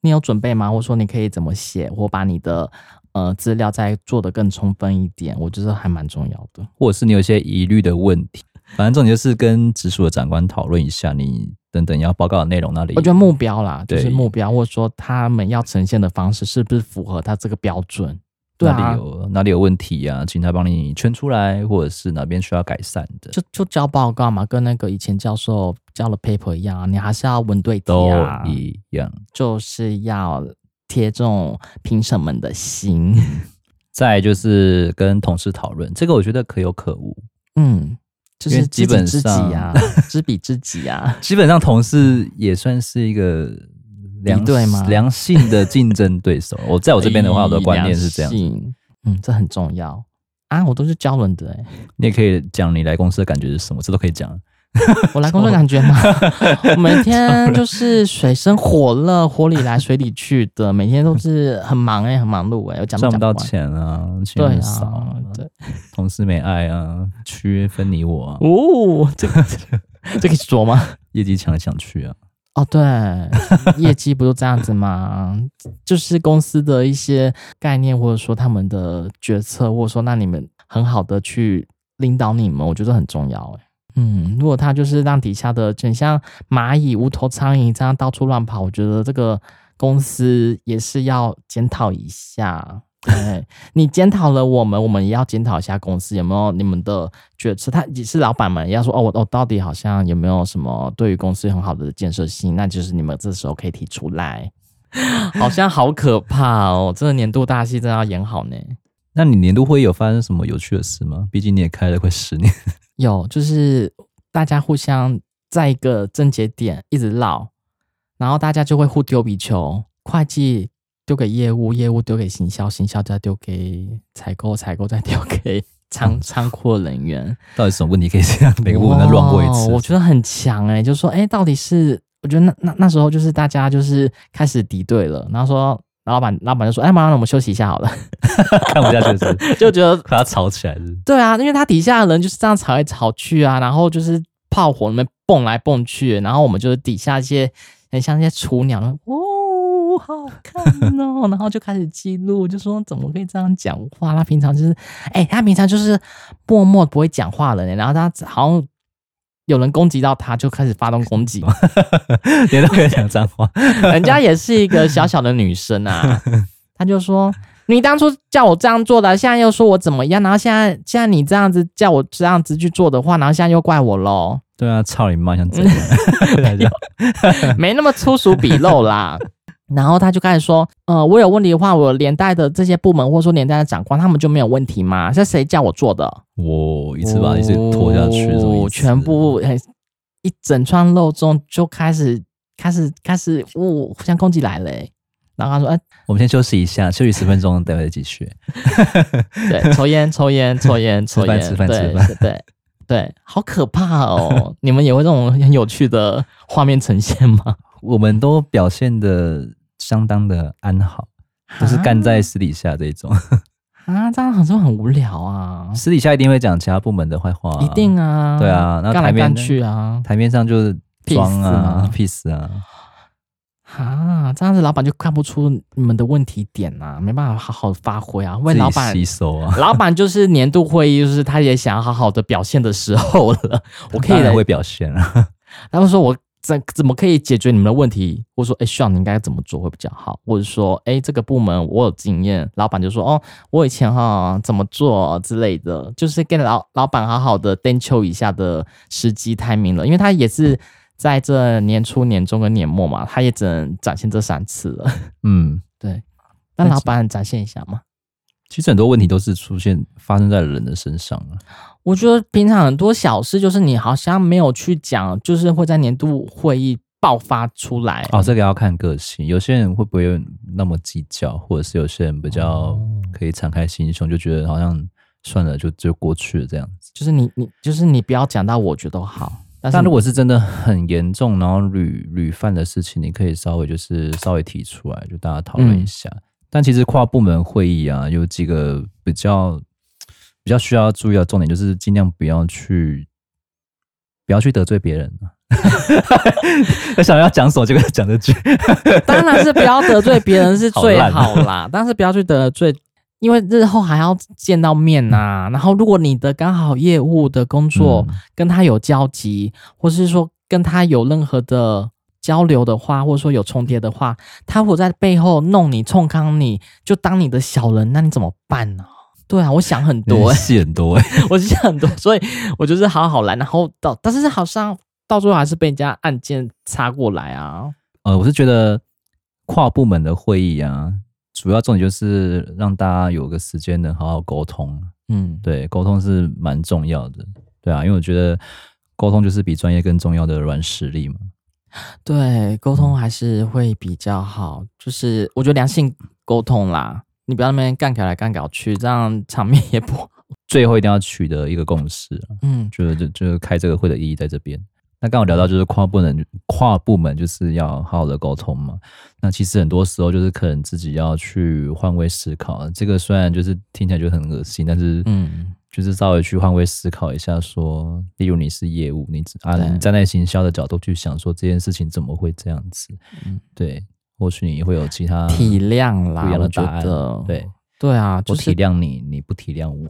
[SPEAKER 2] 你有准备吗？或者说你可以怎么写？我把你的呃资料再做得更充分一点。”我觉得还蛮重要的。
[SPEAKER 1] 或者是你有一些疑虑的问题，反正重点就是跟直属的长官讨论一下，你等等要报告的内容那里。
[SPEAKER 2] 我觉得目标啦，就是
[SPEAKER 1] 对
[SPEAKER 2] 目标，或者说他们要呈现的方式是不是符合他这个标准？对
[SPEAKER 1] 哪
[SPEAKER 2] 啊
[SPEAKER 1] 里，有哪里有问题啊，请他帮你圈出来，或者是哪边需要改善的，
[SPEAKER 2] 就就交报告嘛，跟那个以前教授交了 paper 一样啊，你还是要文对题
[SPEAKER 1] 都嗯
[SPEAKER 2] 啊，
[SPEAKER 1] 一样。
[SPEAKER 2] 就是要贴中评审们的心。
[SPEAKER 1] 再来就是跟同事讨论，这个我觉得可有可无。
[SPEAKER 2] 嗯，就
[SPEAKER 1] 因
[SPEAKER 2] 是
[SPEAKER 1] 为基本
[SPEAKER 2] 知己知
[SPEAKER 1] 上
[SPEAKER 2] 己啊，知彼知己啊。
[SPEAKER 1] 基本上同事也算是一个良
[SPEAKER 2] 敌对吗
[SPEAKER 1] 良性的竞争对手。 我 在我这边的话，我的观念是这样
[SPEAKER 2] 良。性嗯，这很重要啊！我都是教人的哎、
[SPEAKER 1] 你也可以讲你来公司的感觉是什么，这都可以讲。
[SPEAKER 2] 我来
[SPEAKER 1] 哦
[SPEAKER 2] 工作感 觉嘛，我每天就是水深火热，火里来水里去的，每天都是很忙哎、很忙碌哎、我讲
[SPEAKER 1] 赚
[SPEAKER 2] 都讲
[SPEAKER 1] 不
[SPEAKER 2] 不
[SPEAKER 1] 到
[SPEAKER 2] 完，
[SPEAKER 1] 钱啊，钱
[SPEAKER 2] 对
[SPEAKER 1] 很少啊
[SPEAKER 2] 啊，，对
[SPEAKER 1] 同事没爱啊，缺分你我啊，
[SPEAKER 2] 哦，这个这可以说吗？
[SPEAKER 1] 业绩强的想去啊。
[SPEAKER 2] 哦，对，业绩不就这样子吗？就是公司的一些概念，或者说他们的决策，或者说让你们很好的去领导你们，我觉得很重要。哎，嗯，如果他就是让底下的很像蚂蚁、无头苍蝇这样到处乱跑，我觉得这个公司也是要检讨一下。哎对你检讨了我们，我们也要检讨一下公司有没有你们的决策。他也是老板们也要说哦，我我到底好像有没有什么对于公司很好的建设性？那就是你们这时候可以提出来。 好像好可怕哦！这个年度大戏真的要演好呢。
[SPEAKER 1] 那你年度会议有发生什么有趣的事吗？毕竟你也开了快十年，
[SPEAKER 2] 有，就是大家互相在一个症结点一直绕，然后大家就会互丢比球，会计丢给业务，业务丢给行销，行销再丢给采购，采购再丢给仓仓库的人员，
[SPEAKER 1] 到底什么问题可以这样每个部门再乱过一
[SPEAKER 2] 哇我
[SPEAKER 1] 次？
[SPEAKER 2] 觉得很强哎、就说哎、到底是我觉得那那那时候就是大家就是开始敌对了，然后说。老板，老板就说：“哎，麻烦我们休息一下好了。
[SPEAKER 1] 看不下去是不是”
[SPEAKER 2] 就觉得
[SPEAKER 1] 把它吵起来是不 是
[SPEAKER 2] 对啊，因为他底下的人就是这样吵来吵去啊，然后就是炮火里面蹦来蹦去，然后我们就是底下一些很像一些雏鸟，哦，好看哦， 然后就开始记录，就说怎么可以这样讲话？他平常就是，哎、他平常就是默默不会讲话的人，然后他好像有人攻击到他，就开始发动攻击。
[SPEAKER 1] 连都可以讲脏话，
[SPEAKER 2] 人家也是一个小小的女生啊， 她就说：“你当初叫我这样做的，现在又说我怎么样，然后现在现在你这样子叫我这样子去做的话，然后现在又怪我喽，
[SPEAKER 1] 对啊，操你妈，想怎 样？ 大家
[SPEAKER 2] 没那么粗俗鄙陋啦。” 然后她就开始说：“呃，我有问题的话，我连带的这些部门或者说连带的长官，他们就没有问题吗？是谁叫我做的？
[SPEAKER 1] 我一次把一次拖下去，什么意思
[SPEAKER 2] 哦全部很一整串肉粽就开始开始开始，哦，互相攻击来了欸、然后她说：“哎、
[SPEAKER 1] 我们先休息一下，休息十分钟，待会再继续。
[SPEAKER 2] 对，抽烟，抽烟，抽烟，抽 烟，
[SPEAKER 1] 吃饭
[SPEAKER 2] 对
[SPEAKER 1] 吃饭
[SPEAKER 2] 对对对，好可怕哦！你们也会这种很有趣的画面呈现 吗？
[SPEAKER 1] 我们都表现的相当的安好，都是干在私底下这一种。
[SPEAKER 2] 啊，这样好像很无聊啊，
[SPEAKER 1] 私底下一定会讲其他部门的坏话、
[SPEAKER 2] 一定。啊，
[SPEAKER 1] 对啊那
[SPEAKER 2] 干来
[SPEAKER 1] 台面
[SPEAKER 2] 干
[SPEAKER 1] 呢
[SPEAKER 2] 去啊，
[SPEAKER 1] 台面上就是装啊、peace 啊，
[SPEAKER 2] 啊，这样子老板就看不出你们的问题点啊，没办法好好发挥啊，为老板
[SPEAKER 1] 自己吸收啊。
[SPEAKER 2] 老板就是年度会议，就是他也想要好好的表现的时候了。我可以
[SPEAKER 1] 当然
[SPEAKER 2] 来
[SPEAKER 1] 会表现啊，
[SPEAKER 2] 他们说我怎怎么可以解决你们的问题？或者说，哎、需 s 你应该怎么做会比较好？或者说，哎、这个部门我有经验，老板就说，哦，我以前哈怎么做之类的，就是跟老老板好好的 d e n t 一下的时机 timing 了，因为他也是在这年初、年中跟年末嘛，他也只能展现这三次了。
[SPEAKER 1] 嗯，
[SPEAKER 2] 对，那老板展现一下嘛。
[SPEAKER 1] 其实很多问题都是出现发生在人的身上啊。
[SPEAKER 2] 我觉得平常很多小事，就是你好像没有去讲，就是会在年度会议爆发出来。
[SPEAKER 1] 哦，这个要看个性，有些人会不会那么计较，或者是有些人比
[SPEAKER 2] 哦
[SPEAKER 1] 较可以敞开心胸，就觉得好像算了，就就过去了这样子。
[SPEAKER 2] 就是你你就是你不要讲到我觉得好，但是
[SPEAKER 1] 但如 果是真的很严重，然后屡屡犯的事情，你可以稍微就是稍微提出来，就大家讨论
[SPEAKER 2] 嗯
[SPEAKER 1] 一下。但其实跨部门会议啊，有几个比较比较需要注意的重点，就是尽量不要去。不要去得罪别人啊。 我想要讲什么，结果讲这句。
[SPEAKER 2] 当然是不要得罪别人是最
[SPEAKER 1] 好
[SPEAKER 2] 好啦，但是不要去得罪，因为日后还要见到面呐、然后如果你的刚好业务的工作
[SPEAKER 1] 嗯
[SPEAKER 2] 跟他有交集，或是说跟他有任何的交流的话，或者说有重叠的话，他如果在背后弄你、冲康你，就当你的小人，那你怎么办呢、对啊，我想很多、欸，
[SPEAKER 1] 戏很多、欸，
[SPEAKER 2] 我想很多，所以我就是好好来，然后到，但是好像到最后还是被人家按键插过来啊。
[SPEAKER 1] 呃，我是觉得跨部门的会议啊，主要重点就是让大家有个时间能好好沟通。
[SPEAKER 2] 嗯，
[SPEAKER 1] 对，沟通是蛮重要的，对啊，因为我觉得沟通就是比专业更重要的软实力嘛。
[SPEAKER 2] 对，沟通还是会比较好，就是我觉得良性沟通啦，你不要那边干搞来干搞去，这样场面也不好。
[SPEAKER 1] 最后一定要取得一个共识啊，
[SPEAKER 2] 嗯，
[SPEAKER 1] 就是就就是开这个会的意义在这边。那刚好聊到就是跨部门，跨部门就是要好好的沟通嘛。那其实很多时候就是可能自己要去换位思考，啊这个虽然就是听起来就很恶心，但是
[SPEAKER 2] 嗯，
[SPEAKER 1] 就是稍微去换位思考一下说例如你是业务，你只啊
[SPEAKER 2] 对
[SPEAKER 1] 你站在行销的角度去想说这件事情怎么会这样子？
[SPEAKER 2] 嗯
[SPEAKER 1] 对，或许你会有其他
[SPEAKER 2] 体谅
[SPEAKER 1] 不一
[SPEAKER 2] 啦，
[SPEAKER 1] 样
[SPEAKER 2] 我
[SPEAKER 1] 的
[SPEAKER 2] 觉
[SPEAKER 1] 答案
[SPEAKER 2] 得，
[SPEAKER 1] 对，
[SPEAKER 2] 对啊，就
[SPEAKER 1] 我体
[SPEAKER 2] 是
[SPEAKER 1] 谅你，你不体谅我，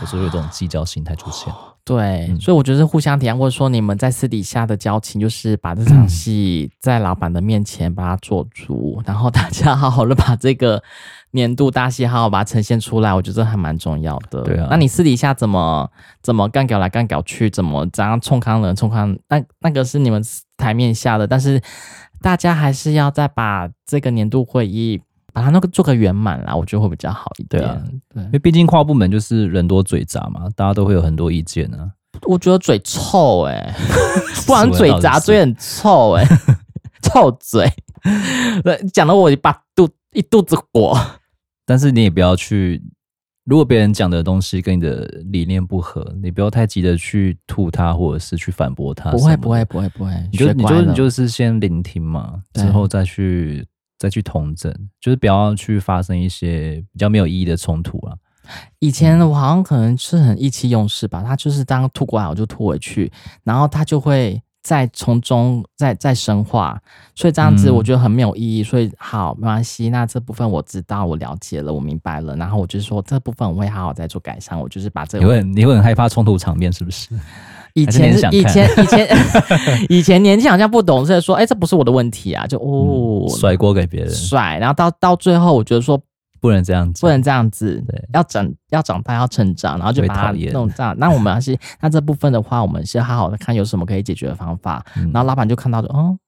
[SPEAKER 1] 我是会有这种计较心态出 现。
[SPEAKER 2] 对，
[SPEAKER 1] 嗯
[SPEAKER 2] 所以我觉得是互相体谅，或者说你们在私底下的交情，就是把这场戏在老板的面前把它做足，然后大家好好的把这个年度大戏好好把它呈现出来，我觉得这还蛮重要的。
[SPEAKER 1] 对啊
[SPEAKER 2] 那你私底下怎么怎么干搞来干搞去，怎么怎样冲康人冲康，那那个是你们台面下的，但是大家还是要再把这个年度会议把它那个做个圆满啦，我觉得会比较好一
[SPEAKER 1] 对
[SPEAKER 2] 点。
[SPEAKER 1] 啊
[SPEAKER 2] 对
[SPEAKER 1] 因为毕竟跨部门就是人多嘴杂嘛，大家都会有很多意见啊。
[SPEAKER 2] 我觉得嘴臭哎、 不然嘴
[SPEAKER 1] 死我
[SPEAKER 2] 杂
[SPEAKER 1] 了
[SPEAKER 2] 嘴很臭 哎、臭嘴，对讲的我一把肚一肚子火。
[SPEAKER 1] 但是你也不要去，如果别人讲的东西跟你的理念不合，你不要太急着去吐他，或者是去反驳他。
[SPEAKER 2] 不会不会，不会不会，
[SPEAKER 1] 你就
[SPEAKER 2] 学
[SPEAKER 1] 你
[SPEAKER 2] 乖
[SPEAKER 1] 就
[SPEAKER 2] 了
[SPEAKER 1] 你就是先聆听嘛，
[SPEAKER 2] 对
[SPEAKER 1] 之后再去再去同整，就是不要去发生一些比较没有意义的冲突啊。
[SPEAKER 2] 以前我好像可能是很意气用事吧，他就是当吐过来我就吐回去，然后他就会再从中再再深化，所以这样子
[SPEAKER 1] 嗯
[SPEAKER 2] 我觉得很没有意义。所以好，没关系，那这部分我知道，我了解了，我明白了，然后我就说这部分我会好好再做改善，我就是把这
[SPEAKER 1] 你
[SPEAKER 2] 个
[SPEAKER 1] 会很你会很害怕冲突场面是 不是？
[SPEAKER 2] 以
[SPEAKER 1] 还是
[SPEAKER 2] 前
[SPEAKER 1] 你
[SPEAKER 2] 是
[SPEAKER 1] 很
[SPEAKER 2] 以
[SPEAKER 1] 想
[SPEAKER 2] 前以 前以前年纪好像不懂事，说哎、这不是我的问题啊，就哦、
[SPEAKER 1] 嗯甩锅给别人，
[SPEAKER 2] 甩，然后到到最后我觉得说
[SPEAKER 1] 不能这样子。
[SPEAKER 2] 不能这样子
[SPEAKER 1] 对，
[SPEAKER 2] 要长要长大要成长，然后就
[SPEAKER 1] 会
[SPEAKER 2] 把它
[SPEAKER 1] 讨厌
[SPEAKER 2] 弄这样。那我们还是那这部分的话，我们是好好的看有什么可以解决的方法，
[SPEAKER 1] 嗯
[SPEAKER 2] 然后老板就看到就哦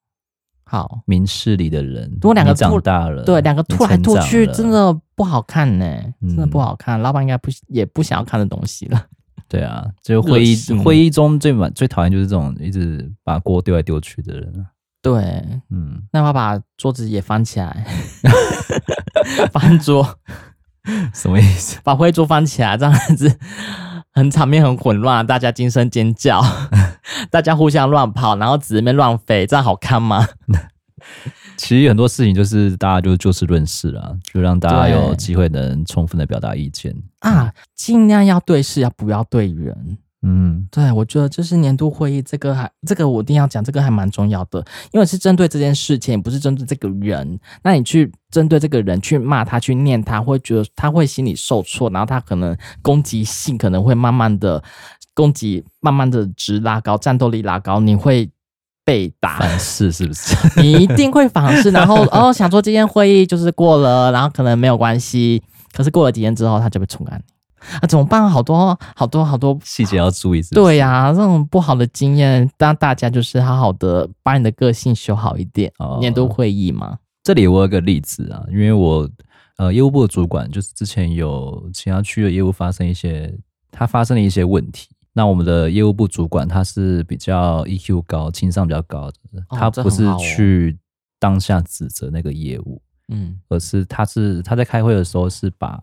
[SPEAKER 2] 好，
[SPEAKER 1] 明事理的人，
[SPEAKER 2] 果两个
[SPEAKER 1] 你长
[SPEAKER 2] 吐
[SPEAKER 1] 大了，
[SPEAKER 2] 对，两个
[SPEAKER 1] 你
[SPEAKER 2] 吐来
[SPEAKER 1] 呃成
[SPEAKER 2] 吐
[SPEAKER 1] 长
[SPEAKER 2] 去
[SPEAKER 1] 了
[SPEAKER 2] 真的不好看呢、真的
[SPEAKER 1] 嗯
[SPEAKER 2] 不好看，老板应该不也不想要看的东西了。
[SPEAKER 1] 对啊，就会
[SPEAKER 2] 热
[SPEAKER 1] 议
[SPEAKER 2] 心
[SPEAKER 1] 会议中最满最讨厌就是这种一直把锅丢来丢去的人。啊
[SPEAKER 2] 对，
[SPEAKER 1] 嗯，
[SPEAKER 2] 那我把桌子也翻起来， 翻桌，
[SPEAKER 1] 什么意思？
[SPEAKER 2] 把灰桌翻起来，这样子很场面很混乱，大家惊声尖叫， 大家互相乱跑，然后纸在那边乱飞，这样好看吗？
[SPEAKER 1] 其实很多事情就是大家就就事论事啦，就让大家
[SPEAKER 2] 对
[SPEAKER 1] 有机会能充分的表达意见。
[SPEAKER 2] 啊，尽量要对事，要不要对人。
[SPEAKER 1] 嗯，
[SPEAKER 2] 对，我觉得就是年度会议这个还这个我一定要讲，这个还蛮重要的，因为是针对这件事情，不是针对这个人。那你去针对这个人去骂他、去念他，会觉得他会心里受挫，然后他可能攻击性可能会慢慢的攻击，慢慢的值拉高，战斗力拉高，你会被打，
[SPEAKER 1] 反噬是不是？
[SPEAKER 2] 你一定会反噬。然后哦，想说今天会议就是过了，然后可能没有关系，可是过了几天之后，他就被冲干你啊，怎么办？好多好多好多
[SPEAKER 1] 细节要注意是不是。
[SPEAKER 2] 对呀、这种不好的经验，让大家就是好好的把你的个性修好一点。
[SPEAKER 1] 哦
[SPEAKER 2] 年度会议嘛，
[SPEAKER 1] 这里我有个例子啊，因为我呃业务部的主管就是之前有其他区的业务发生一些，他发生了一些问题。那我们的业务部主管他是比较 EQ 高，情商比较高的，
[SPEAKER 2] 哦
[SPEAKER 1] 他
[SPEAKER 2] 这
[SPEAKER 1] 不
[SPEAKER 2] 很
[SPEAKER 1] 是
[SPEAKER 2] 好哦
[SPEAKER 1] 去当下指责那个业务，
[SPEAKER 2] 嗯，
[SPEAKER 1] 而是他是他在开会的时候是把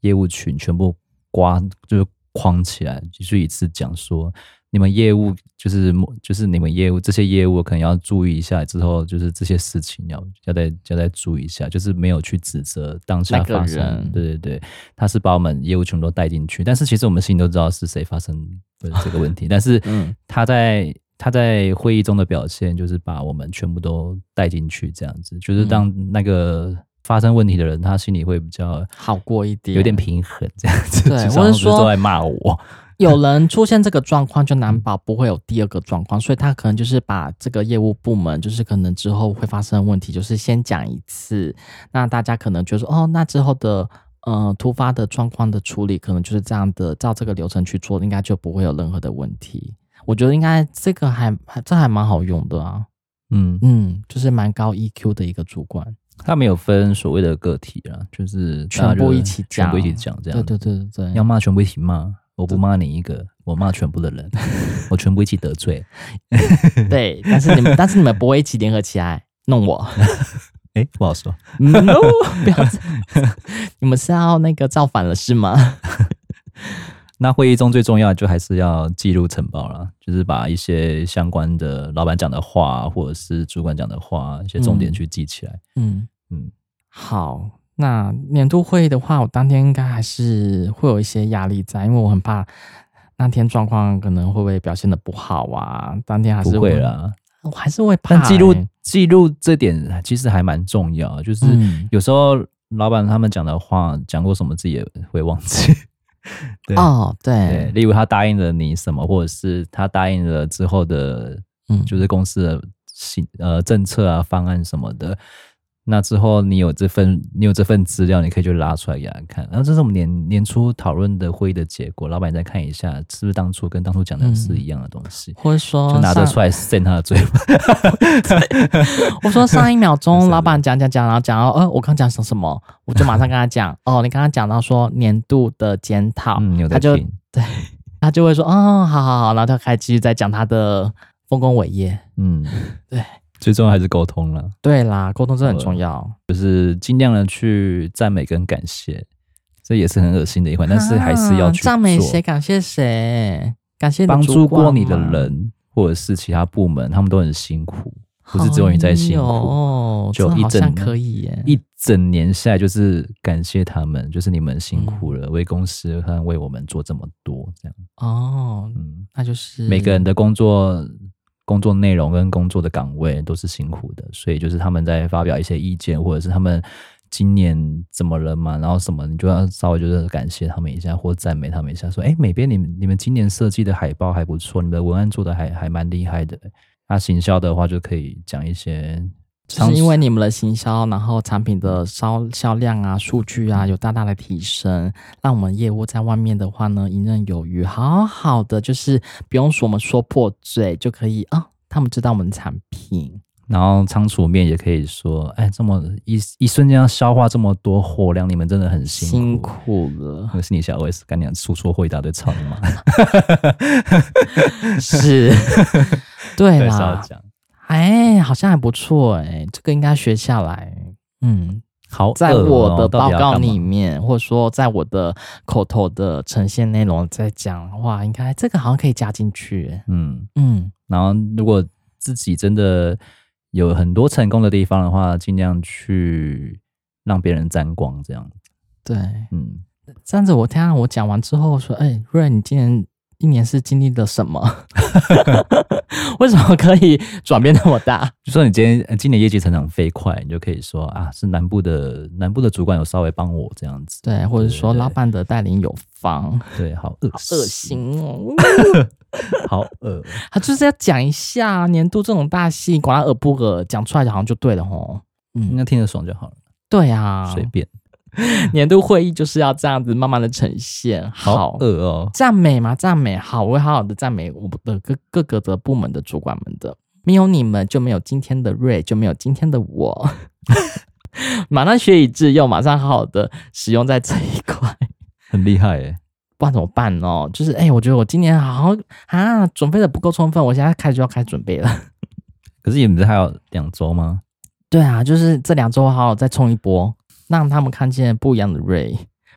[SPEAKER 1] 业务群全部刮就是框起来，就是一次讲说你们业务就是就是你们业务这些业务可能要注意一下，之后就是这些事情要要再要再注意一下，就是没有去指责当下
[SPEAKER 2] 那个
[SPEAKER 1] 发生，
[SPEAKER 2] 人
[SPEAKER 1] 对对对，他是把我们业务全部都带进去，但是其实我们心里都知道是谁发生的这个问 题，但是
[SPEAKER 2] 嗯
[SPEAKER 1] 他在他在会议中的表现就是把我们全部都带进去，这样子，就是让那个发生问题的人他心里会比较
[SPEAKER 2] 好过一点，
[SPEAKER 1] 有点平衡这样子，
[SPEAKER 2] 对
[SPEAKER 1] 至少
[SPEAKER 2] 我
[SPEAKER 1] 不
[SPEAKER 2] 是
[SPEAKER 1] 是
[SPEAKER 2] 说
[SPEAKER 1] 都在骂我，
[SPEAKER 2] 有人出现这个状况，就难保不会有第二个状况，所以他可能就是把这个业务部门，就是可能之后会发生的问题，就是先讲一次，那大家可能觉得说，哦，那之后的呃突发的状况的处理，可能就是这样的，照这个流程去做，应该就不会有任何的问题。我觉得应该这个还还这还蛮好用的啊，
[SPEAKER 1] 嗯，
[SPEAKER 2] 嗯，就是蛮高 EQ 的一个主管，
[SPEAKER 1] 他没有分所谓的个体啊，就是大家
[SPEAKER 2] 全部
[SPEAKER 1] 就是
[SPEAKER 2] 一起
[SPEAKER 1] 全部一
[SPEAKER 2] 讲
[SPEAKER 1] 起讲这
[SPEAKER 2] 对
[SPEAKER 1] 样，
[SPEAKER 2] 对对对对，
[SPEAKER 1] 要骂全部一起骂，我不骂你一个，我骂全部的 人，我全部一起得罪。
[SPEAKER 2] 对，但是你们但是你们不会一起联合起来弄我。
[SPEAKER 1] 哎、不好说，
[SPEAKER 2] no，不要这样，你们是要那个造反了是吗？
[SPEAKER 1] 那会议中最重要的就还是要记录晨报啦，就是把一些相关的老板讲的话，或者是主管讲的话，一些重点去记起来。
[SPEAKER 2] 嗯
[SPEAKER 1] 嗯，
[SPEAKER 2] 好，那年度会议的话，我当天应该还是会有一些压力在，因为我很怕那天状况可能会不会表现的不好啊，当天还是
[SPEAKER 1] 不会，啦，
[SPEAKER 2] 我还是会怕、
[SPEAKER 1] 但记录
[SPEAKER 2] 欸
[SPEAKER 1] 记录这点其实还蛮重要，就是
[SPEAKER 2] 嗯
[SPEAKER 1] 有时候老板他们讲的话，讲过什么自己也会忘记。对
[SPEAKER 2] 哦，
[SPEAKER 1] 对，
[SPEAKER 2] 对，
[SPEAKER 1] 例如他答应了你什么，或者是他答应了之后的
[SPEAKER 2] 嗯，
[SPEAKER 1] 就是公司的行呃政策啊、方案什么的。那之后你有这份你有这份资料，你可以就拉出来给他看。然后这是我们年年初讨论的会议的结果，老板你再看一下，是不是当初跟当初讲的是一样的东西？
[SPEAKER 2] 或者说
[SPEAKER 1] 就拿着
[SPEAKER 2] 上
[SPEAKER 1] 出来扇他的嘴巴。
[SPEAKER 2] 我说上一秒
[SPEAKER 1] 是啊
[SPEAKER 2] 钟
[SPEAKER 1] 的
[SPEAKER 2] 老板讲讲讲，然后讲到呃，我刚讲什什么，我就马上跟 他讲哦，你刚刚讲到说年度的检讨，
[SPEAKER 1] 嗯，你有
[SPEAKER 2] 他
[SPEAKER 1] 在
[SPEAKER 2] 就
[SPEAKER 1] 听？
[SPEAKER 2] 他就会说哦，好好好，然后他开始继续在讲他的丰功伟业。
[SPEAKER 1] 嗯，
[SPEAKER 2] 对，
[SPEAKER 1] 最重要还是沟通了，
[SPEAKER 2] 对啦，沟通真的很重要，
[SPEAKER 1] 就是尽量的去赞美跟感谢，这也是很恶心的一环，但是还是要
[SPEAKER 2] 啊
[SPEAKER 1] 去
[SPEAKER 2] 赞美
[SPEAKER 1] 做
[SPEAKER 2] 谁，感谢谁，感谢你的
[SPEAKER 1] 帮
[SPEAKER 2] 主
[SPEAKER 1] 助
[SPEAKER 2] 管啊
[SPEAKER 1] 过你的
[SPEAKER 2] 嘛，
[SPEAKER 1] 人或者是其他部门，他们都很辛苦，不是只有你在辛
[SPEAKER 2] 好
[SPEAKER 1] 苦。
[SPEAKER 2] 哦，
[SPEAKER 1] 就
[SPEAKER 2] 这
[SPEAKER 1] 一
[SPEAKER 2] 好
[SPEAKER 1] 整
[SPEAKER 2] 像可以耶，
[SPEAKER 1] 一整年下来，就是感谢他们，就是你们辛苦
[SPEAKER 2] 嗯
[SPEAKER 1] 了，为公司和为我们做这么多，这样，
[SPEAKER 2] 哦，
[SPEAKER 1] 嗯，
[SPEAKER 2] 那就是
[SPEAKER 1] 每个人的工作、工作内容跟工作的岗位都是辛苦的，所以就是他们在发表一些意见，或者是他们今年怎么了嘛，然后什么，你就要稍微就是感谢他们一下，或赞美他们一下，说，哎，美编你们你们今年设计的海报还不错，你们的文案做的还还蛮厉害的。那行销的话，就可以讲一些
[SPEAKER 2] 就是因为你们的行销，然后产品的销销量啊、数据啊有大大的提升，让我们业务在外面的话呢游刃有余，好好的就是不用说我们说破嘴就可以啊、他们知道我们的产品，
[SPEAKER 1] 然后仓储面也可以说，哎，这么一一瞬间要消化这么多货量，你们真的很辛苦。
[SPEAKER 2] 辛苦了，
[SPEAKER 1] 我是你小 OS，干娘出错货一大堆，操你妈！
[SPEAKER 2] 是，对
[SPEAKER 1] 对，少
[SPEAKER 2] 啦，
[SPEAKER 1] 讲。
[SPEAKER 2] 哎，好像还不错哎，这个应该学下来，嗯，
[SPEAKER 1] 好恶哦，
[SPEAKER 2] 在我的
[SPEAKER 1] 到
[SPEAKER 2] 报
[SPEAKER 1] 底要
[SPEAKER 2] 告
[SPEAKER 1] 干嘛
[SPEAKER 2] 里，面，或者说在我的口头的呈现内容在讲的话，应该这个好像可以加进去。
[SPEAKER 1] 嗯，
[SPEAKER 2] 嗯，
[SPEAKER 1] 然后如果自己真的有很多成功的地方的话，尽量去让别人沾光，这样，
[SPEAKER 2] 对，
[SPEAKER 1] 嗯，
[SPEAKER 2] 这样子我听到我讲完之后说，哎、瑞，你今年一年是经历了什么？ 为什么可以转变那么大？
[SPEAKER 1] 就算你今天呃今年业绩成长飞快，你就可以说啊，是南部的南部的主管有稍微帮我这样子，
[SPEAKER 2] 对，或者说
[SPEAKER 1] 对对
[SPEAKER 2] 老板的带领有方，
[SPEAKER 1] 对，好恶
[SPEAKER 2] 恶，心哦。
[SPEAKER 1] 好恶，
[SPEAKER 2] 他就是要讲一下年度这种大戏，管他恶不恶，讲出来好像就对了吼。
[SPEAKER 1] 应
[SPEAKER 2] 嗯，
[SPEAKER 1] 该听得爽就好了，
[SPEAKER 2] 对啊，
[SPEAKER 1] 随便，
[SPEAKER 2] 年度会议就是要这样子慢慢的呈现。
[SPEAKER 1] 好
[SPEAKER 2] 好，
[SPEAKER 1] 恶哦，
[SPEAKER 2] 赞美嘛，赞美。好，我会好好的赞美我的各各个的部门的主管们的。没有你们，就没有今天的瑞，就没有今天的我。 马上学以致用，马上好好的使用在这一块，
[SPEAKER 1] 很厉害哎，
[SPEAKER 2] 不然怎么办哦？就是哎、我觉得我今年好好啊，准备的不够充分，我现在开始就要开始准备了。
[SPEAKER 1] 可是你们不是还有两周吗？
[SPEAKER 2] 对啊，就是这两周好好再冲一波，让他们看见不一样的瑞，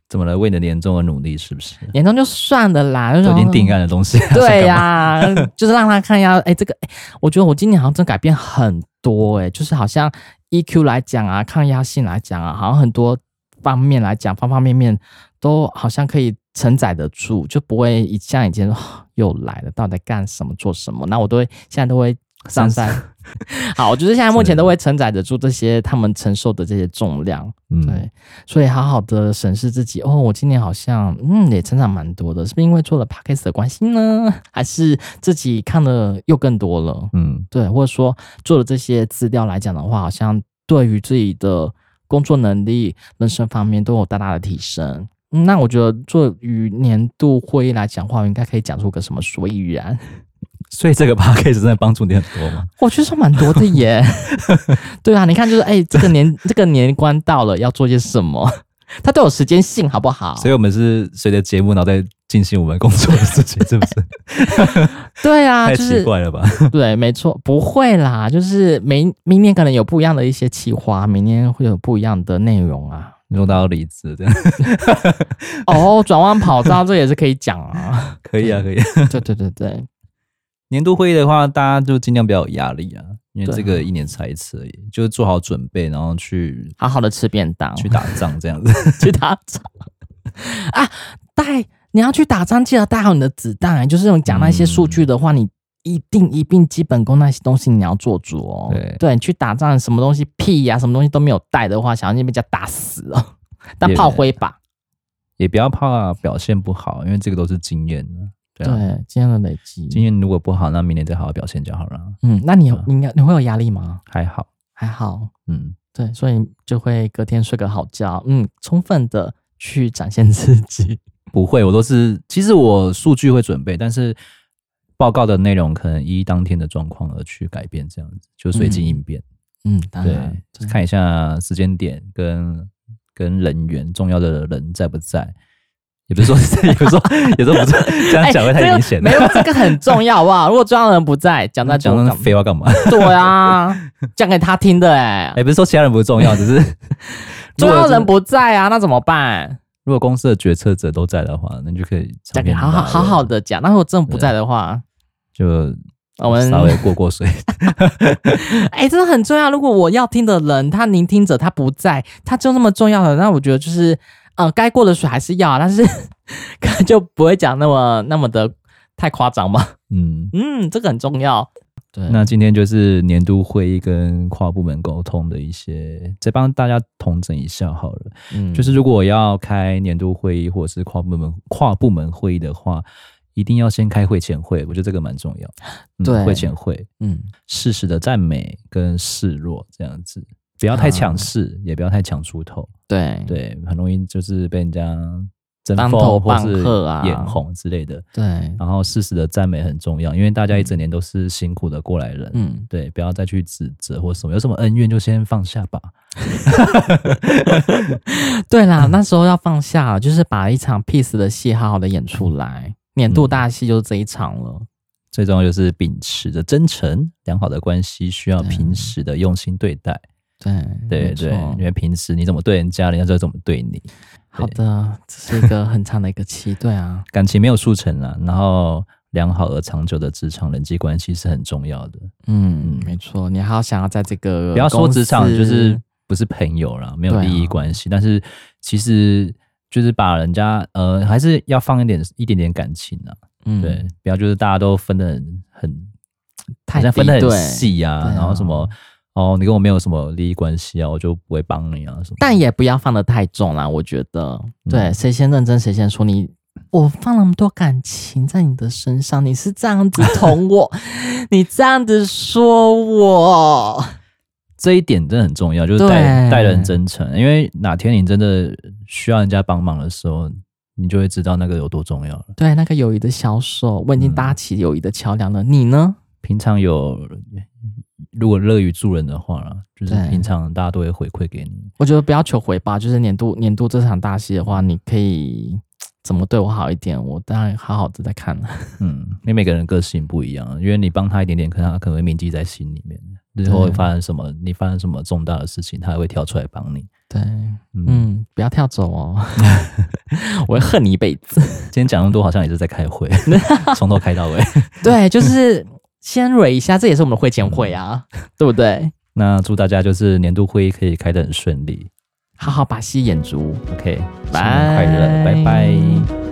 [SPEAKER 1] 怎么了？为你的年终而努力，是不是？
[SPEAKER 2] 年终就算了啦，就
[SPEAKER 1] 都
[SPEAKER 2] 是
[SPEAKER 1] 已经定案的东西，
[SPEAKER 2] 对呀、
[SPEAKER 1] 呀、
[SPEAKER 2] 就是让他看一下，哎、这个，哎、我觉得我今年好像真的改变很多、哎，就是好像 EQ 来讲啊，抗压性来讲啊，好像很多方面来讲，方方面面都好像可以承载得住，就不会一像以前、哦又来了，到底在干什么，做什么？那我都会现在都会上山。 好，就是现在目前都会承载得住这些他们承受的这些重量，
[SPEAKER 1] 嗯
[SPEAKER 2] 对，所以好好的审视自己。哦，我今年好像嗯也成长蛮多的，是不是因为做了 podcast 的关系呢？还是自己看的又更多了？
[SPEAKER 1] 嗯，
[SPEAKER 2] 对，或者说做了这些资料来讲的话，好像对于自己的工作能力、人生方面都有大大的提升。嗯那我觉得，做于年度会议来讲的话，我应该可以讲出个什么所以然。
[SPEAKER 1] 所以这个 podcast 真的帮助你很多吗？
[SPEAKER 2] 我觉得算蛮多的 耶。对啊，你看，就是哎、这个年这个年关到了，要做些什么？ 它都有时间性，好不好？
[SPEAKER 1] 所以我们是随着节目，然后再进行我们工作的事情，是不是？
[SPEAKER 2] 对啊，
[SPEAKER 1] 太
[SPEAKER 2] 就
[SPEAKER 1] 奇
[SPEAKER 2] 是
[SPEAKER 1] 怪了 吧？
[SPEAKER 2] 对，没错，不会啦，就是明明年可能有不一样的一些企划，明年会有不一样的内容啊。
[SPEAKER 1] 你说到离职这样，
[SPEAKER 2] 哦，转弯跑道这也是可以 讲啊。
[SPEAKER 1] 可以啊，可以。
[SPEAKER 2] 对对对对，
[SPEAKER 1] 年度会议的话，大家就尽量不要有压力啊，因为
[SPEAKER 2] 对啊
[SPEAKER 1] 这个一年才一次而已，就是做好准备，然后去
[SPEAKER 2] 好好的吃便当，
[SPEAKER 1] 去打仗这样 子。
[SPEAKER 2] 去打仗啊！带你要去打仗，记得带好你的子弹、就是我们讲那些数据的话，你一定一并基本功那些东西你要做足哦。
[SPEAKER 1] 对
[SPEAKER 2] 你去打仗什么东西屁呀、什么东西都没有带的话，想要被人家打死 哦，当炮灰吧。
[SPEAKER 1] 也不要怕表现不好，因为这个都是经验啊对啊，
[SPEAKER 2] 对，今天的累
[SPEAKER 1] 经
[SPEAKER 2] 积。
[SPEAKER 1] 验如果不好，那明年再好好表现就好了，
[SPEAKER 2] 嗯，那你有你应该你会有压力吗？
[SPEAKER 1] 还好。
[SPEAKER 2] 还好，
[SPEAKER 1] 嗯，
[SPEAKER 2] 对，所以就会隔天睡个好觉，嗯，充分的去展现自己。
[SPEAKER 1] 不会，我都是其实我数据会准备，但是报告的内容可能依当天的状况而去改变，这样子就随机应变。
[SPEAKER 2] 嗯，当
[SPEAKER 1] 对
[SPEAKER 2] 然，，
[SPEAKER 1] 就是看一下时间点跟跟人员重要的人在不在。也不是说， 也不是说，也不是说不是这样讲会太明显了啊
[SPEAKER 2] 哎。这个没有，这个很重要，好不 好？如果重要的人不在，讲在
[SPEAKER 1] 讲那废话干嘛？
[SPEAKER 2] 对啊，讲给他听的哎、
[SPEAKER 1] 也不是说其他人不重要，只 是
[SPEAKER 2] 重要的人
[SPEAKER 1] 如果
[SPEAKER 2] 不在啊，那怎么办？
[SPEAKER 1] 如果公司的决策者都在的话，那就可以
[SPEAKER 2] 讲给好好好好，的讲。那如果真的不在的话，
[SPEAKER 1] 就
[SPEAKER 2] 我们
[SPEAKER 1] 啊稍微过过水。
[SPEAKER 2] 哎、这个很重要。如果我要听的人，他聆听者他不在，他就那么重要的，那我觉得就是呃，该过的水还是要啊，但是 可能就不会讲那么那么的太夸张嘛。
[SPEAKER 1] 嗯，
[SPEAKER 2] 嗯，这个很重要。嗯对，
[SPEAKER 1] 那今天就是年度会议跟跨部门沟通的一些，再帮大家统整一下好了。
[SPEAKER 2] 嗯
[SPEAKER 1] 就是如果我要开年度会议或者是跨部门跨部门会议的话，一定要先开会前会，我觉得这个蛮重要。嗯
[SPEAKER 2] 对
[SPEAKER 1] 会前会，
[SPEAKER 2] 嗯，
[SPEAKER 1] 适时的赞美跟示弱这样子，不要太强势，
[SPEAKER 2] 啊
[SPEAKER 1] 也不要太强出头。
[SPEAKER 2] 对
[SPEAKER 1] 对，很容易就是被人家争
[SPEAKER 2] 当头
[SPEAKER 1] 锋或
[SPEAKER 2] 棒
[SPEAKER 1] 是
[SPEAKER 2] 喝啊
[SPEAKER 1] 眼红之类的。
[SPEAKER 2] 对，
[SPEAKER 1] 然后适时的赞美很重要，因为大家一整年都是辛苦的过来人。
[SPEAKER 2] 嗯。
[SPEAKER 1] 对，不要再去指责或什么，有什么恩怨就先放下吧。
[SPEAKER 2] 对啦，那时候要放下，就是把一场 peace 的戏好好的演出来。年度大戏就是这一场了，
[SPEAKER 1] 最重要就是秉持着真诚，良好的关系需要
[SPEAKER 2] 对
[SPEAKER 1] 平时的用心对待。
[SPEAKER 2] 对
[SPEAKER 1] 对
[SPEAKER 2] 没
[SPEAKER 1] 对，因
[SPEAKER 2] 错
[SPEAKER 1] 为平时你怎么对人家，人家就怎么对你。
[SPEAKER 2] 好的，这是一个很长的一个期，对啊，
[SPEAKER 1] 感情没有速成啦，然后良好而长久的职场人际关系是很重要的。
[SPEAKER 2] 嗯，没错，你还要想要在这个
[SPEAKER 1] 不要说
[SPEAKER 2] 呃公司
[SPEAKER 1] 职场就是不是朋友啦，没有
[SPEAKER 2] 对啊
[SPEAKER 1] 利益关系，但是其实就是把人家呃，还是要放一点一点点感情啊，
[SPEAKER 2] 嗯
[SPEAKER 1] 对，不要就是大家都分的很很，好
[SPEAKER 2] 太
[SPEAKER 1] 像分的
[SPEAKER 2] 敌
[SPEAKER 1] 很
[SPEAKER 2] 哎对，
[SPEAKER 1] 细呀、
[SPEAKER 2] 对啊
[SPEAKER 1] 然后什么哦，你跟我没有什么利益关系啊，我就不会帮你啊什么，
[SPEAKER 2] 但也不要放的太重啦，我觉得，对，
[SPEAKER 1] 嗯
[SPEAKER 2] 谁先认真谁先说你。我放那么多感情在你的身上，你是这样子捅我， 你这样子说我，
[SPEAKER 1] 这一点真的很重要，就是
[SPEAKER 2] 对
[SPEAKER 1] 待待人真诚，因为哪天你真的需要人家帮忙的时候，你就会知道那个有多重要了。
[SPEAKER 2] 对，那个友谊的销售，我已经搭起友谊的桥梁了。你呢？
[SPEAKER 1] 平常有如果乐于助人的话啦，就是
[SPEAKER 2] 对
[SPEAKER 1] 平常大家都会回馈给你。
[SPEAKER 2] 我觉得不要求回报，就是年度年度这场大戏的话，你可以怎么对我好一点，我当然好好的在看了。
[SPEAKER 1] 嗯，因为每个人个性不一样，因为你帮他一点点，可能他可能会铭记在心里面，日后会
[SPEAKER 2] 对
[SPEAKER 1] 发生什么，你发生什么重大的事情，他还会跳出来帮你。
[SPEAKER 2] 对，
[SPEAKER 1] 嗯，
[SPEAKER 2] 嗯，不要跳走哦， 我会恨你一辈子。
[SPEAKER 1] 今天讲那么多，好像也是在开会，从头开到尾。
[SPEAKER 2] 对，就是先蕊一下，这也是我们的会前会 啊，对不对？
[SPEAKER 1] 那祝大家就是年度会议可以开得很顺利。
[SPEAKER 2] 好好把戏演足。
[SPEAKER 1] OK，新年快乐，
[SPEAKER 2] 拜
[SPEAKER 1] 拜拜